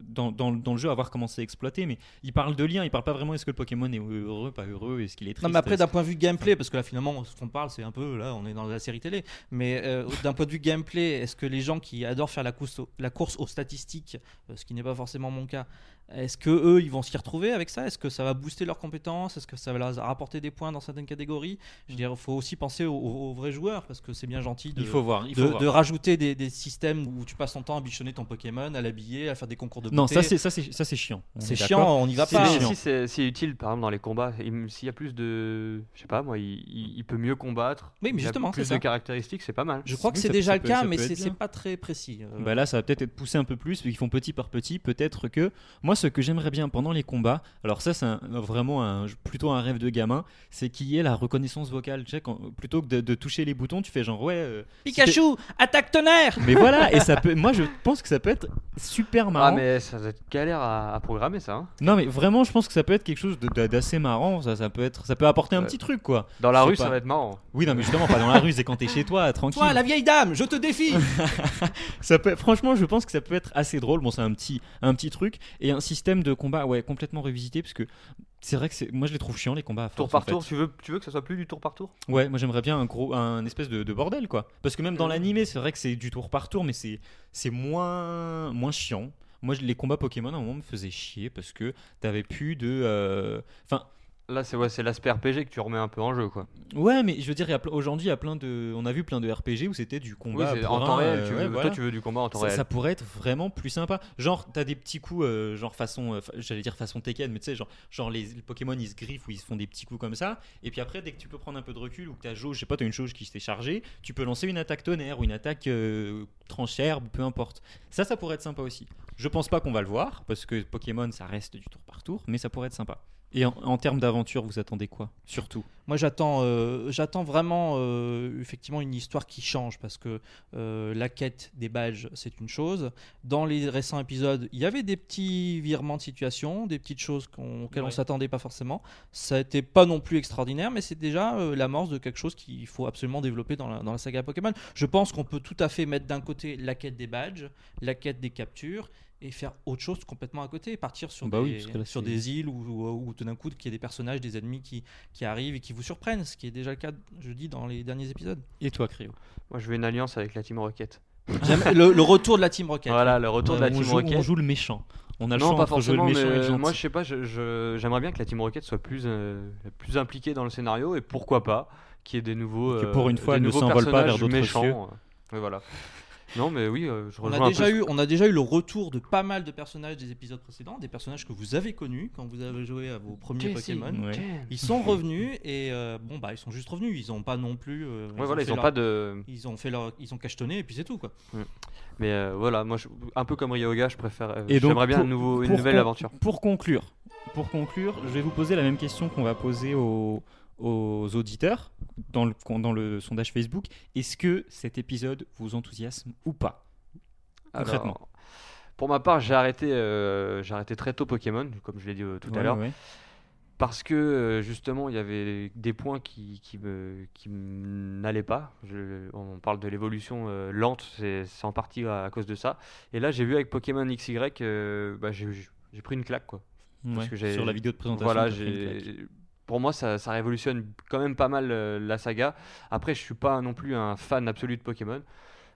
dans, dans- dans le jeu à voir comment c'est exploité. Mais il parle de lien, il parle pas vraiment est-ce que le Pokémon est heureux, pas heureux, est-ce qu'il est triste.
Non mais après
est-ce-
d'un point de vue gameplay, parce que là finalement ce qu'on parle c'est un peu, là on est dans la série télé, mais euh, d'un point de vue gameplay, est-ce que les gens qui adorent faire la course, au- la course aux statistiques, euh, ce qui n'est pas forcément mon cas, est-ce que eux ils vont s'y retrouver avec ça Est-ce que ça va booster leurs compétences Est-ce que ça va leur rapporter des points dans certaines catégories Je veux dire, il faut aussi penser aux, aux- aux vrais joueurs, parce que c'est bien gentil de...
il faut voir. Il faut
de,
voir.
de rajouter des, des systèmes où tu passes ton temps à bichonner ton Pokémon, à l'habiller, à faire des concours de beauté.
Non, ça c'est ça c'est ça c'est chiant. On
c'est
est
chiant,
d'accord.
on n'y va
C'est
pas.
chiant.
Si, si c'est c'est utile, par exemple, dans les combats, il me- s'il y a plus de. Je sais pas, moi, il, il- il peut mieux combattre.
Oui, mais
il y a
justement,
Plus
c'est ça.
de caractéristiques, c'est pas mal.
Je crois
Oui,
que c'est
ça-
déjà
ça
le
peut-
cas,
ça
mais
peut être
c'est
bien.
c'est pas très précis. Euh,
Bah là, ça va peut-être être poussé un peu plus, vu qu'ils font petit par petit. Peut-être que moi, ce que j'aimerais bien pendant les combats, alors ça, c'est un- vraiment un- plutôt un rêve de gamin, c'est qu'il y ait la reconnaissance vocale. Tu sais, quand- plutôt que de, de toucher les boutons, tu fais genre ouais. euh,
Pikachu, attaque tonnerre
mais voilà, et ça peut. Moi, je pense que ça peut être super marrant.
Ah, mais ça va être galère à, à programmer, ça. hein.
Non, mais vraiment, je pense que ça peut être quelque chose de- de- d'assez marrant. Ça, ça peut être, ça peut apporter un
Ouais.
petit truc, quoi.
Dans la
Je sais
rue, ça
pas.
va être marrant.
Oui, non, mais justement, pas dans la rue, c'est quand t'es chez toi, tranquille.
Toi, la vieille dame, je te défie
Ça peut- franchement, je pense que ça peut être assez drôle. Bon, c'est un petit, un petit truc et un système de combat, ouais, complètement revisité parce que c'est vrai que c'est, moi je les trouve chiants les combats. À
Tour
force,
par
en
tour,
fait.
tu veux, tu veux que ça soit plus du tour par tour
Ouais, moi j'aimerais bien un gros, un espèce de, de bordel quoi. Parce que même
Euh.
dans l'animé, c'est vrai que c'est du tour par tour, mais c'est, c'est moins, moins chiant. Moi, je- les combats Pokémon à un moment me faisaient chier parce que t'avais plus de, euh, enfin,
Là, c'est ouais, c'est l'aspect RPG que tu remets un peu en jeu, quoi.
ouais, mais je veux dire, il y a ple- aujourd'hui, il y a plein de, on a vu plein de RPG où c'était du
Oui,
combat
c'est
pour
en
un,
temps réel.
euh,
tu
ouais,
veux-
voilà.
Toi, tu veux du combat en temps
ça,
réel.
ça pourrait être vraiment plus sympa. Genre, t'as des petits coups, euh, genre façon, euh, fa- j'allais dire façon Tekken, mais tu sais, genre, genre les, les Pokémon ils se griffent ou ils se font des petits coups comme ça. Et puis après, dès que tu peux prendre un peu de recul ou que t'as jauge, je sais pas, t'as une jauge qui s'est chargée, tu peux lancer une attaque tonnerre ou une attaque euh, tranche-herbe, peu importe. Ça, ça pourrait être sympa aussi. Je pense pas qu'on va le voir parce que Pokémon ça reste du tour par tour, mais ça pourrait être sympa. Et en, en termes d'aventure, vous attendez quoi Surtout.
Moi, j'attends, euh, j'attends vraiment euh, effectivement une histoire qui change parce que euh, la quête des badges, c'est une chose. Dans les récents épisodes, il y avait des petits virements de situation, des petites choses qu'on- auxquelles on
Ouais.
s'attendait pas forcément. Ça n'était pas non plus extraordinaire, mais c'est déjà euh, l'amorce de quelque chose qu'il faut absolument développer dans la, dans la saga Pokémon. Je pense qu'on peut tout à fait mettre d'un côté la quête des badges, la quête des captures et faire autre chose complètement à côté, partir sur,
Bah
des,
oui, parce que là,
sur
c'est-
des îles où, où- où tout d'un coup, qu'il y ait des personnages, des ennemis qui, qui arrivent et qui vous surprennent, ce qui est déjà le cas, je dis, dans les derniers épisodes.
Et toi, Cryo
Moi, je veux une alliance avec la Team Rocket.
J'aime le, le retour de la Team Rocket.
Voilà, le retour de la
Euh, on,
Team
joue,
Rocket.
on joue le méchant. On a le
non,
choix
pas
entre jouer le
forcément,
méchant et le
mais euh,
gentil.
moi je sais pas, je- je- j'aimerais bien que la Team Rocket soit plus, euh, plus impliquée dans le scénario et pourquoi pas qu'il y ait des nouveaux.
Que
euh,
pour une fois,
des
elle ne
nouveaux
s'envole pas vers
personnages
d'autres
méchants.
cieux.
euh, et voilà. Non, mais oui, euh, je
On
rejoins
a,
un
déjà
peu
eu, on a déjà eu le retour de pas mal de personnages des épisodes précédents, des personnages que vous avez connus quand vous avez joué à vos premiers
Jesse.
Pokémon.
Ouais.
Ils sont revenus et euh, bon bah ils sont juste revenus, ils ont pas non plus. euh,
Ouais, voilà,
fait
ils ont
leur-
pas de.
Ils ont fait leur, ils ont cachetonné et puis c'est tout quoi.
Mais euh, voilà, moi, je- un peu comme Ryoga, je préfère. euh,
Et donc,
J'aimerais bien
pour-
un nouveau, une
pour
nouvelle
con-
aventure.
Pour conclure, pour conclure, je vais vous poser la même question qu'on va poser aux, aux auditeurs dans le, dans le sondage Facebook. Est-ce que cet épisode vous enthousiasme ou pas Concrètement.
Alors, pour ma part, j'ai arrêté, euh, j'ai arrêté très tôt Pokémon, comme je l'ai dit euh, tout à
Ouais,
l'heure.
ouais.
parce que euh, justement il y avait des points qui, qui me qui me n'allaient pas. Je- on parle de l'évolution euh, lente, c'est c'est en partie à, à cause de ça. Et là j'ai vu avec Pokémon XY, euh, bah, j'ai j'ai pris une claque quoi.
Ouais,
que j'ai-
Sur la vidéo de présentation.
Voilà,
t'as fait une claque.
j'ai pour moi ça, ça révolutionne quand même pas mal euh, la saga. Après je suis pas non plus un fan absolu de Pokémon,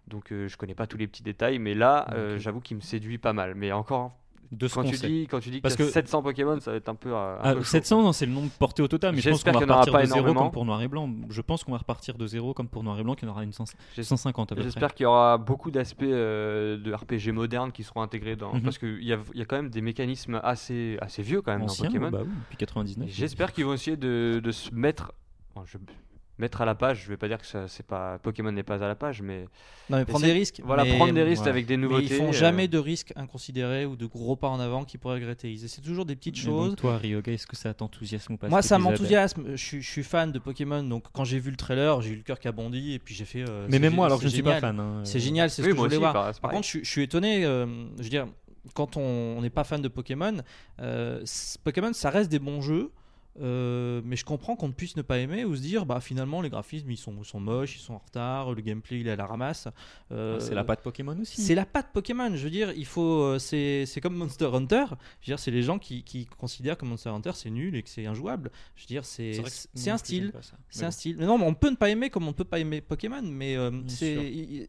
donc euh, je connais pas tous les petits détails, mais là euh,
Ok.
j'avoue qu'il me séduit pas mal. Mais encore hein,
de ce
Quand
qu'on
tu,
sait.
dis, quand tu dis
Parce
que, t'as
que-
700 Pokémon, ça va être un peu. euh, un
Ah,
peu chaud.
700, non, c'est le nombre porté au total, mais je pense qu'on
J'espère
va
qu'il y en aura
repartir
pas
de zéro
énormément.
comme pour Noir et Blanc. Je pense qu'on va repartir de zéro comme pour Noir et Blanc, qu'il y en aura une cent-
J'es-
150 à peu près.
J'espère qu'il y aura beaucoup d'aspects euh, de RPG modernes qui seront intégrés dans.
Mhm.
Parce qu'il y a, il y a quand même des mécanismes assez, assez vieux quand même
Ancien,
dans Pokémon.
bah oui, depuis 99.
J'espère qu'ils vont essayer de, de se mettre. bon, je- Mettre à la page, je vais pas dire que ça, c'est pas Pokémon n'est pas à la page, mais
Non, mais prendre des risques.
voilà,
mais-
prendre des risques
voilà.
avec des
mais
nouveautés.
ils font
euh,
jamais de risques inconsidérés ou de gros pas en avant qu'ils pourraient regretter. Ils essaient toujours des petites
Et
choses.
donc, toi, Ryoga, est-ce que ça t'enthousiasme ou pas
Moi,
cet
ça
épisode
m'enthousiasme. Je, suis- je suis fan de Pokémon, donc quand j'ai vu le trailer, j'ai eu le cœur qui a bondi et puis j'ai fait. euh,
Mais
c'est
même
gé-
moi, alors que
c'est
je ne suis pas
génial.
fan. hein,
C'est
euh,
génial, c'est ce
oui,
que je
moi
voulais
aussi,
voir.
par- c'est
Par
pareil.
contre, je, suis- je suis étonné. euh, je veux dire, quand on on n'est pas fan de Pokémon, euh, c- Pokémon, ça reste des bons jeux. euh, mais je comprends qu'on ne puisse ne pas aimer ou se dire bah finalement les graphismes ils sont, sont moches, ils sont en retard, le gameplay il est à la ramasse. Euh,
Ah, C'est la patte Pokémon aussi.
c'est la patte Pokémon, je veux dire, il faut, euh, c'est c'est comme Monster Hunter. Je veux dire, c'est les gens qui, qui considèrent que Monster Hunter c'est nul et que c'est injouable. Je veux dire, c'est
vrai que
c'est un
non plus, j'aime
style,
Mmh, pas ça. Mais
c'est
bon.
un style. Mais non, mais on peut ne pas aimer comme on ne peut pas aimer Pokémon, mais euh, c'est
sûr.
il- il-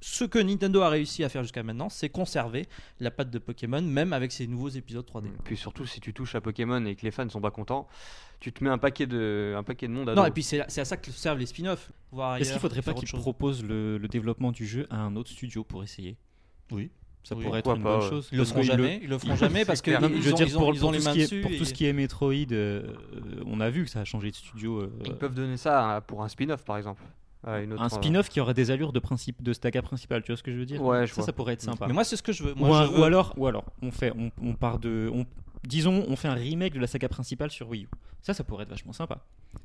ce que Nintendo a réussi à faire jusqu'à maintenant, c'est conserver la patte de Pokémon, même avec ses nouveaux épisodes
Mmh.
3D.
Puis surtout, si tu touches à Pokémon et que les fans ne sont pas contents, tu te mets un paquet de, un paquet de monde à
Non,
dos.
et puis c'est c'est à ça que servent les spin-offs. voir
Est-ce
ailleurs,
qu'il faudrait pas
faire autre
qu'ils
chose.
proposent le, le développement du jeu à un autre studio pour essayer
Oui.
Ça
Oui,
pourrait être
pourquoi
une
pas,
bonne
ouais.
chose.
Ils le
Parce
feront
que
jamais, ils le feront jamais parce que
clair.
Non, mais
ils,
je veux
ont-
dire,
ils ont-
pour,
ils ont
pour
les
tout ce
mains
qui
dessus.
est, pour tout
et-
ce qui est Metroid, euh, euh, on a vu que ça a changé de studio. euh,
Ils peuvent donner ça à- pour un spin-off, par exemple. à une autre,
euh,
euh,
un spin-off qui aurait des allures de principe de staga principal, tu vois ce que je veux dire
Ouais, je
Ça,
vois.
ça pourrait être sympa.
Mais moi, c'est ce que je veux.
ou,
Moi,
un-
je
ou
veux-
alors, ou alors, on fait, on, on part de, on- disons, on fait un remake de la saga principale sur Wii U. Ça, ça pourrait être vachement sympa.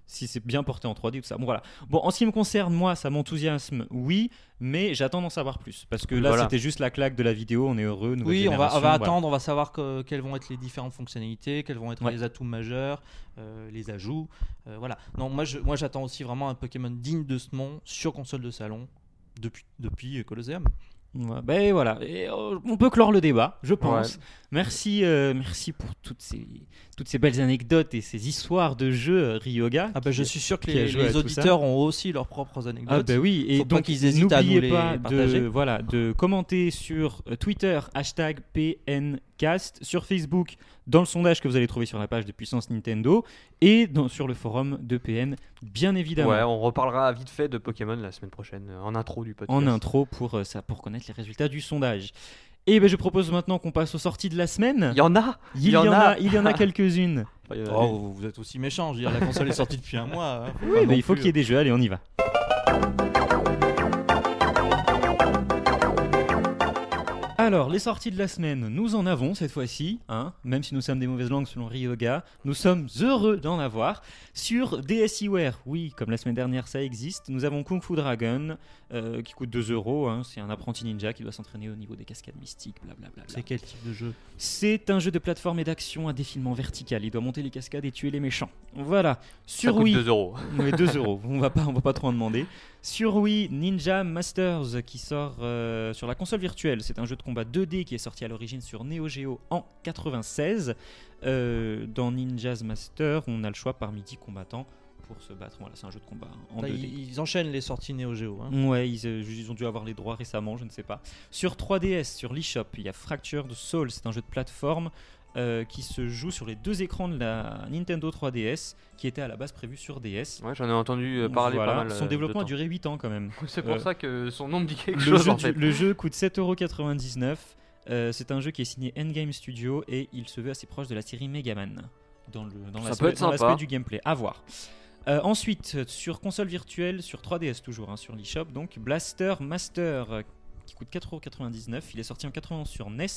Si c'est bien porté en 3D ou tout ça. Bon voilà. Bon, en ce qui me concerne, moi, ça m'enthousiasme, oui, mais j'attends d'en savoir plus parce que là,
Voilà.
c'était juste la claque de la vidéo. On est heureux. nouvelle
Oui, on va, on
génération,
va
voilà.
attendre, on va savoir que- quelles vont être les différentes fonctionnalités, quels vont être
Ouais.
les atouts majeurs, euh, les ajouts. euh, voilà. Non, moi, je- moi, j'attends aussi vraiment un Pokémon digne de ce nom sur console de salon depuis, depuis euh, Colosseum.
Ouais, ben voilà, Et, euh, on peut clore le débat, je pense.
Ouais.
Merci, euh, merci pour toutes ces, toutes ces belles anecdotes et ces histoires de jeux, euh, Ryoga.
Ah ben, je suis sûr que
qui a
les,
joué
les
à tout ça.
auditeurs ont aussi leurs propres anecdotes.
Ah bah oui, et
Faut pas
donc
qu'ils hésitent à nous
n'oubliez
les
pas
partager.
de, voilà, de commenter sur euh, Twitter, hashtag PNcast, sur Facebook, dans le sondage que vous allez trouver sur la page de Puissance Nintendo, et dans, sur le forum de PN, bien évidemment.
Ouais, on reparlera vite fait de Pokémon la semaine prochaine, euh, en intro du podcast.
en intro pour, euh, ça, pour connaître les résultats du sondage. Et ben je propose maintenant qu'on passe aux sorties de la semaine.
Il y en a
Il y en a, il y en a quelques-unes.
Enfin, il y en a
Oh, vous- vous êtes aussi méchants. Je veux dire, la console est sortie depuis un mois. hein.
Oui, mais il faut qu'il y ait des jeux. Allez, on y va. Alors, les sorties de la semaine, nous en avons cette fois-ci, hein, même si nous sommes des mauvaises langues selon Ryoga, nous sommes heureux d'en avoir. Sur DSiWare, oui, comme la semaine dernière, ça existe, nous avons Kung Fu Dragon, euh, qui coûte 2 euros, hein, c'est un apprenti ninja qui doit s'entraîner au niveau des cascades mystiques, blablabla.
euh, C'est quel type de jeu
C'est un jeu de plateforme et d'action à défilement vertical, il doit monter les cascades et tuer les méchants. Voilà,
Ça
sur
coûte
Wii,
2 euros.
oui, 2 euros. On va pas, on va pas trop en demander. Sur Wii, Ninja Masters qui sort euh, sur la console virtuelle. C'est un jeu de combat 2D qui est sorti à l'origine sur Neo Geo en 96. Euh, dans Ninja's Master, on a le choix parmi 10 combattants pour se battre. Voilà, c'est un jeu de combat en
Là,
2D.
ils, ils enchaînent les sorties Neo Geo. hein.
Ouais, ils, euh, ils ont dû avoir les droits récemment, je ne sais pas. Sur 3DS, sur l'eShop, il y a Fracture de Soul, c'est un jeu de plateforme euh, qui se joue sur les deux écrans de la Nintendo 3DS, qui était à la base prévu sur DS.
Ouais, j'en ai entendu euh, parler
Voilà.
pas mal.
Son
euh,
développement a
de temps.
duré 8 ans quand même.
C'est pour
euh,
ça que son nom me dit quelque
Le
chose
jeu,
en
du-
fait.
le jeu coûte 7,99€. Euh, c'est un jeu qui est signé Endgame Studio et il se veut assez proche de la série Megaman dans le dans
Ça
l'aspect-
peut être
dans
sympa.
l'aspect du gameplay. À voir. Euh, ensuite, euh, sur console virtuelle, sur 3DS toujours, hein, sur l'eShop, donc Blaster Master euh, qui coûte 4,99€. Il est sorti en 91 sur NES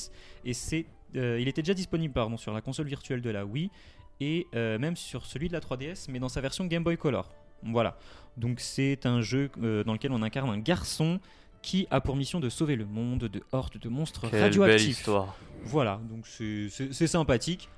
et c'est, euh, il était déjà disponible pardon, sur la console virtuelle de la Wii et euh, même sur celui de la 3DS, mais dans sa version Game Boy Color. Voilà. Donc c'est un jeu euh, dans lequel on incarne un garçon qui a pour mission de sauver le monde de hordes de monstres
Quelle belle
radioactifs.
histoire.
Voilà, donc c'est- c'est c'est sympathique.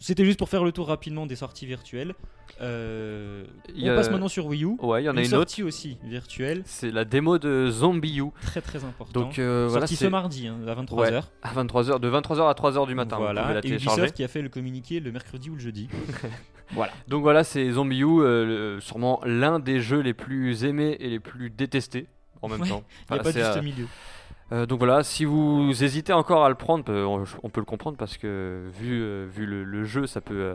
C'était juste pour faire le tour rapidement des sorties virtuelles. Euh,
Il
on
y a-
passe maintenant sur Wii U.
Ouais, il y en a une autre.
sortie aussi virtuelle,
C'est la démo de Zombie U.
très très importante.
Donc euh, voilà,
sortie ce
c'est
mardi hein, à 23h.
à 23h, de 23h à 3h du matin. Vous pouvez
voilà,
la
et
télécharger.
Ubisoft qui a fait le communiqué le mercredi ou le jeudi.
Donc voilà, c'est Zombie U, euh, le- sûrement l'un des jeux les plus aimés et les plus détestés en même
Ouais,
temps.
Il n'y a
Enfin,
pas de
c'est,
juste
euh,
milieu.
Euh, donc voilà, si vous hésitez encore à le prendre, euh, on, on peut le comprendre parce que vu, euh, vu le, le jeu, ça peut, euh,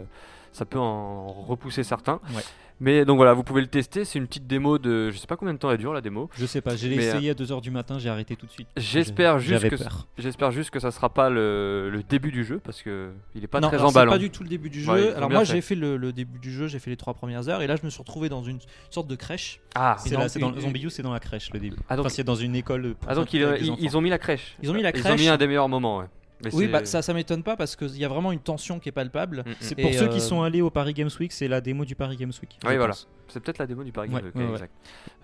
ça peut en repousser certains.
Ouais.
Mais donc voilà, vous pouvez le tester. C'est une petite démo de, je sais pas combien de temps elle dure la démo.
Je sais pas, j'ai
Mais,
essayé à 2h du matin, j'ai arrêté tout de suite.
J'espère
Je-
juste
j'avais
que
peur.
J'espère juste que ça sera pas le, le début du jeu parce que il est pas
Non,
très
alors c'est
emballant.
pas du tout le début du jeu.
Ouais, ils ont
alors
bien
moi
fait.
j'ai fait le, le début du jeu, j'ai fait les trois premières heures et là je me suis retrouvé dans une sorte de crèche.
Ah,
C'est
Une-
là- c'est dans
une-
Zombie U, c'est dans la crèche le début.
ah donc,
Enfin, c'est dans une école. euh, pour
ah, donc,
adultes
ils,
avec des
ils-
enfants.
ils ont mis la crèche.
Ils ont mis la
Ils ont mis
crèche.
un des meilleurs moments. Ouais. Mais
Oui,
c'est-
bah ça ça m'étonne pas parce qu'il y a vraiment une tension qui est palpable.
Mm, mm.
C'est
Et
pour ceux
euh,
qui sont allés au Paris Games Week, c'est la démo du Paris Games Week.
Oui,
je
voilà.
pense.
C'est peut-être la démo du Paris
Ouais,
Games Week,
ouais, ouais.
exact.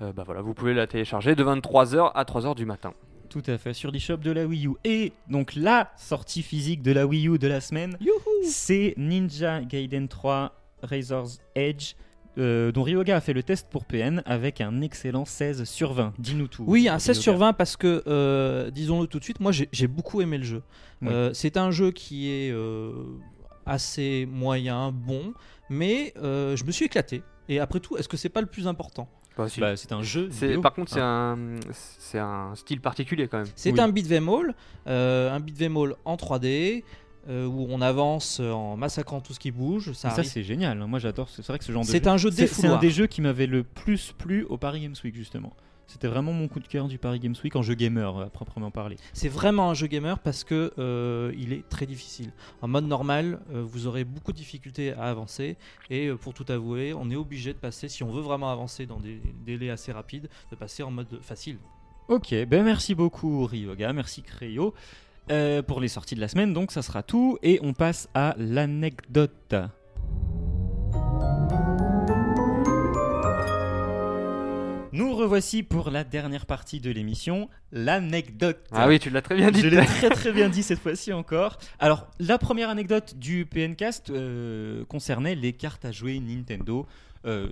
Euh, bah voilà, vous pouvez la télécharger de 23h à 3h du matin.
Tout à fait, sur l'eShop de la Wii U. Et donc la sortie physique de la Wii U de la semaine, c'est Ninja Gaiden 3 Razor's Edge, euh, dont Ryoga a fait le test pour PN avec un excellent 16 sur 20. Dis-nous tout.
Oui, un 16
Ryoga.
sur 20 parce que, euh, disons-le tout de suite, moi j'ai j'ai beaucoup aimé le jeu.
Oui.
Euh, c'est un jeu qui est euh, assez moyen, bon, mais euh, je me suis éclaté. Et après tout, est-ce que c'est pas le plus important
Bah, c'est un jeu.
C'est-
vidéo.
par contre, c'est
hein.
un, c'est un style particulier quand même.
C'est
Oui.
un beat'em all, euh, un beat'em all en 3D euh, où on avance en massacrant tout ce qui bouge. Ça
Mais Ça,
arrive.
c'est génial. hein. Moi, j'adore. ce- C'est vrai que ce genre de
C'est un jeu
C'est- C'est un
défouloir.
des jeux qui m'avait le plus plu au Paris Games Week justement. C'était vraiment mon coup de cœur du Paris Games Week en jeu gamer euh, à proprement parler.
C'est vraiment un jeu gamer parce que euh, il est très difficile. En mode normal, euh, vous aurez beaucoup de difficultés à avancer et euh, pour tout avouer, on est obligé de passer, si on veut vraiment avancer dans des délais assez rapides, de passer en mode facile.
Ok, ben merci beaucoup Ryoga, merci Créo. Euh, pour les sorties de la semaine, donc ça sera tout. Et on passe à l'anecdote. Nous revoici pour la dernière partie de l'émission, l'anecdote.
Ah oui, tu l'as très bien dit.
Je l'ai très très bien dit cette fois-ci encore. Alors, la première anecdote du PNcast euh, concernait les cartes à jouer Nintendo. Euh,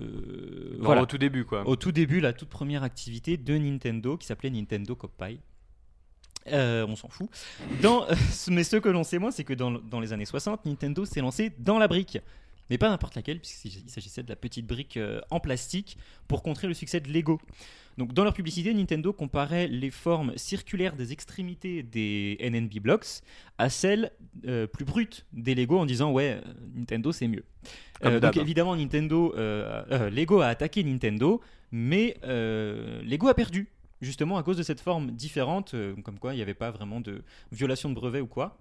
Genre
voilà.
Au tout début, quoi.
Au tout début, la toute première activité de Nintendo qui s'appelait Nintendo Copy. Euh, on s'en fout. Dans, mais ce que l'on sait moins, c'est que dans, dans les années 60, Nintendo s'est lancé dans la brique. Mais pas n'importe laquelle, puisqu'il s'agissait de la petite brique euh, en plastique pour contrer le succès de Lego. Donc, dans leur publicité, Nintendo comparait les formes circulaires des extrémités des NNB Blocks à celles euh, plus brutes des Lego en disant Ouais, euh, Nintendo c'est mieux.
Comme
Euh,
d'hab.
donc, évidemment, Nintendo, euh, euh, Lego a attaqué Nintendo, mais euh, Lego a perdu, justement à cause de cette forme différente, euh, comme quoi il n'y avait pas vraiment de violation de brevet ou quoi.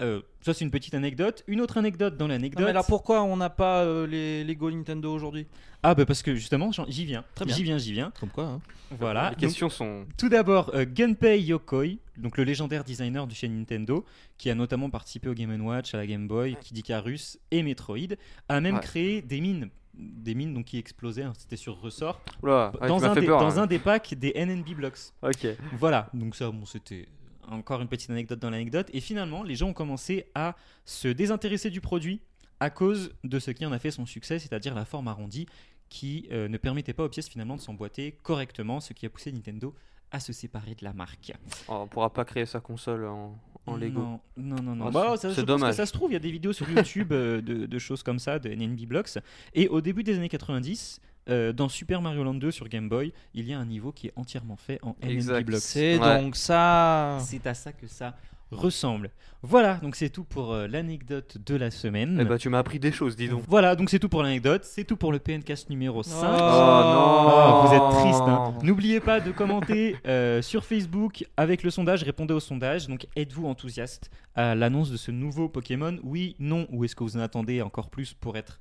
Euh, ça, c'est une petite anecdote. Une autre anecdote dans
Non,
l'anecdote.
mais alors pourquoi on n'a pas euh, les Lego Nintendo aujourd'hui
Ah, bah parce que justement, j'en- j'y viens.
Très bien.
J'y viens, j'y viens.
Comme quoi hein.
Voilà.
Les
Donc,
questions sont.
Tout d'abord, euh, Gunpei Yokoi, donc le légendaire designer du chez Nintendo, qui a notamment participé au Game Watch, à la Game Boy, Kid Icarus et Metroid, a même
Ouais.
créé des mines, des mines donc qui explosaient, hein, c'était sur ressort,
Oula, ouais, tu
dans,
m'as
un
fait
des,
peur.
dans
hein.
un des packs des NNB blocks.
Ok.
Voilà, donc ça, bon, c'était encore une petite anecdote dans l'anecdote. Et finalement, les gens ont commencé à se désintéresser du produit à cause de ce qui en a fait son succès, c'est-à-dire la forme arrondie qui euh, ne permettait pas aux pièces finalement de s'emboîter correctement, ce qui a poussé Nintendo à se séparer de la marque.
Oh, On pourra pas créer sa console en, en Lego.
Non, non, non. non.
Ah,
Bah,
c'est-
ça- je
c'est
pense
dommage.
que ça se trouve, il y a des vidéos sur YouTube euh, de, de choses comme ça, de NNB Blocks. Et au début des années 90, euh, dans Super Mario Land 2 sur Game Boy, il y a un niveau qui est entièrement fait en NNB
Exact.
Blocks.
C'est
Ouais.
donc ça.
C'est à ça que ça ressemble. Voilà, donc c'est tout pour euh, l'anecdote de la semaine.
Eh bah, tu m'as appris des choses, dis donc.
Voilà, donc c'est tout pour l'anecdote, c'est tout pour le PNcast numéro 5.
Oh.
Ah,
Oh, non
vous êtes triste. hein. N'oubliez pas de commenter euh, sur Facebook avec le sondage. Répondez au sondage. Donc, êtes-vous enthousiaste à l'annonce de ce nouveau Pokémon Oui, non Ou est-ce que vous en attendez encore plus pour être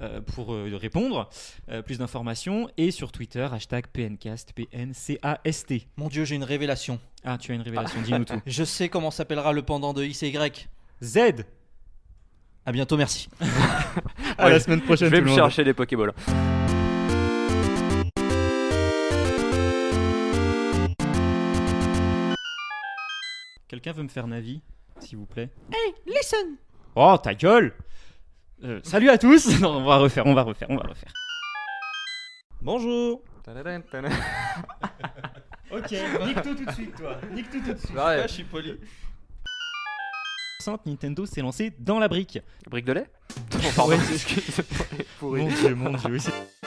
euh, pour euh, répondre Euh, Plus d'informations et sur Twitter hashtag PNcast PNCAST.
Mon dieu, j'ai une révélation.
Ah, tu as une révélation. Dis-nous tout.
Je sais comment s'appellera le pendant de X et Y.
Z.
À bientôt, merci.
À la semaine
Je
prochaine.
vais
tout
me
le monde.
chercher des Pokéballs.
Quelqu'un veut me faire navi, s'il vous plaît Hey, listen Oh, ta gueule Euh, Salut à tous Non, on va refaire, on va refaire, on va refaire.
Bonjour.
Ok, nique tout tout de suite, toi. Nique tout tout de suite.
Bah Ouais.
suis poli.
Nintendo s'est lancé dans la brique.
Brique de lait Non, pardon. Excuse-
Mon dieu, mon dieu. oui, c'est-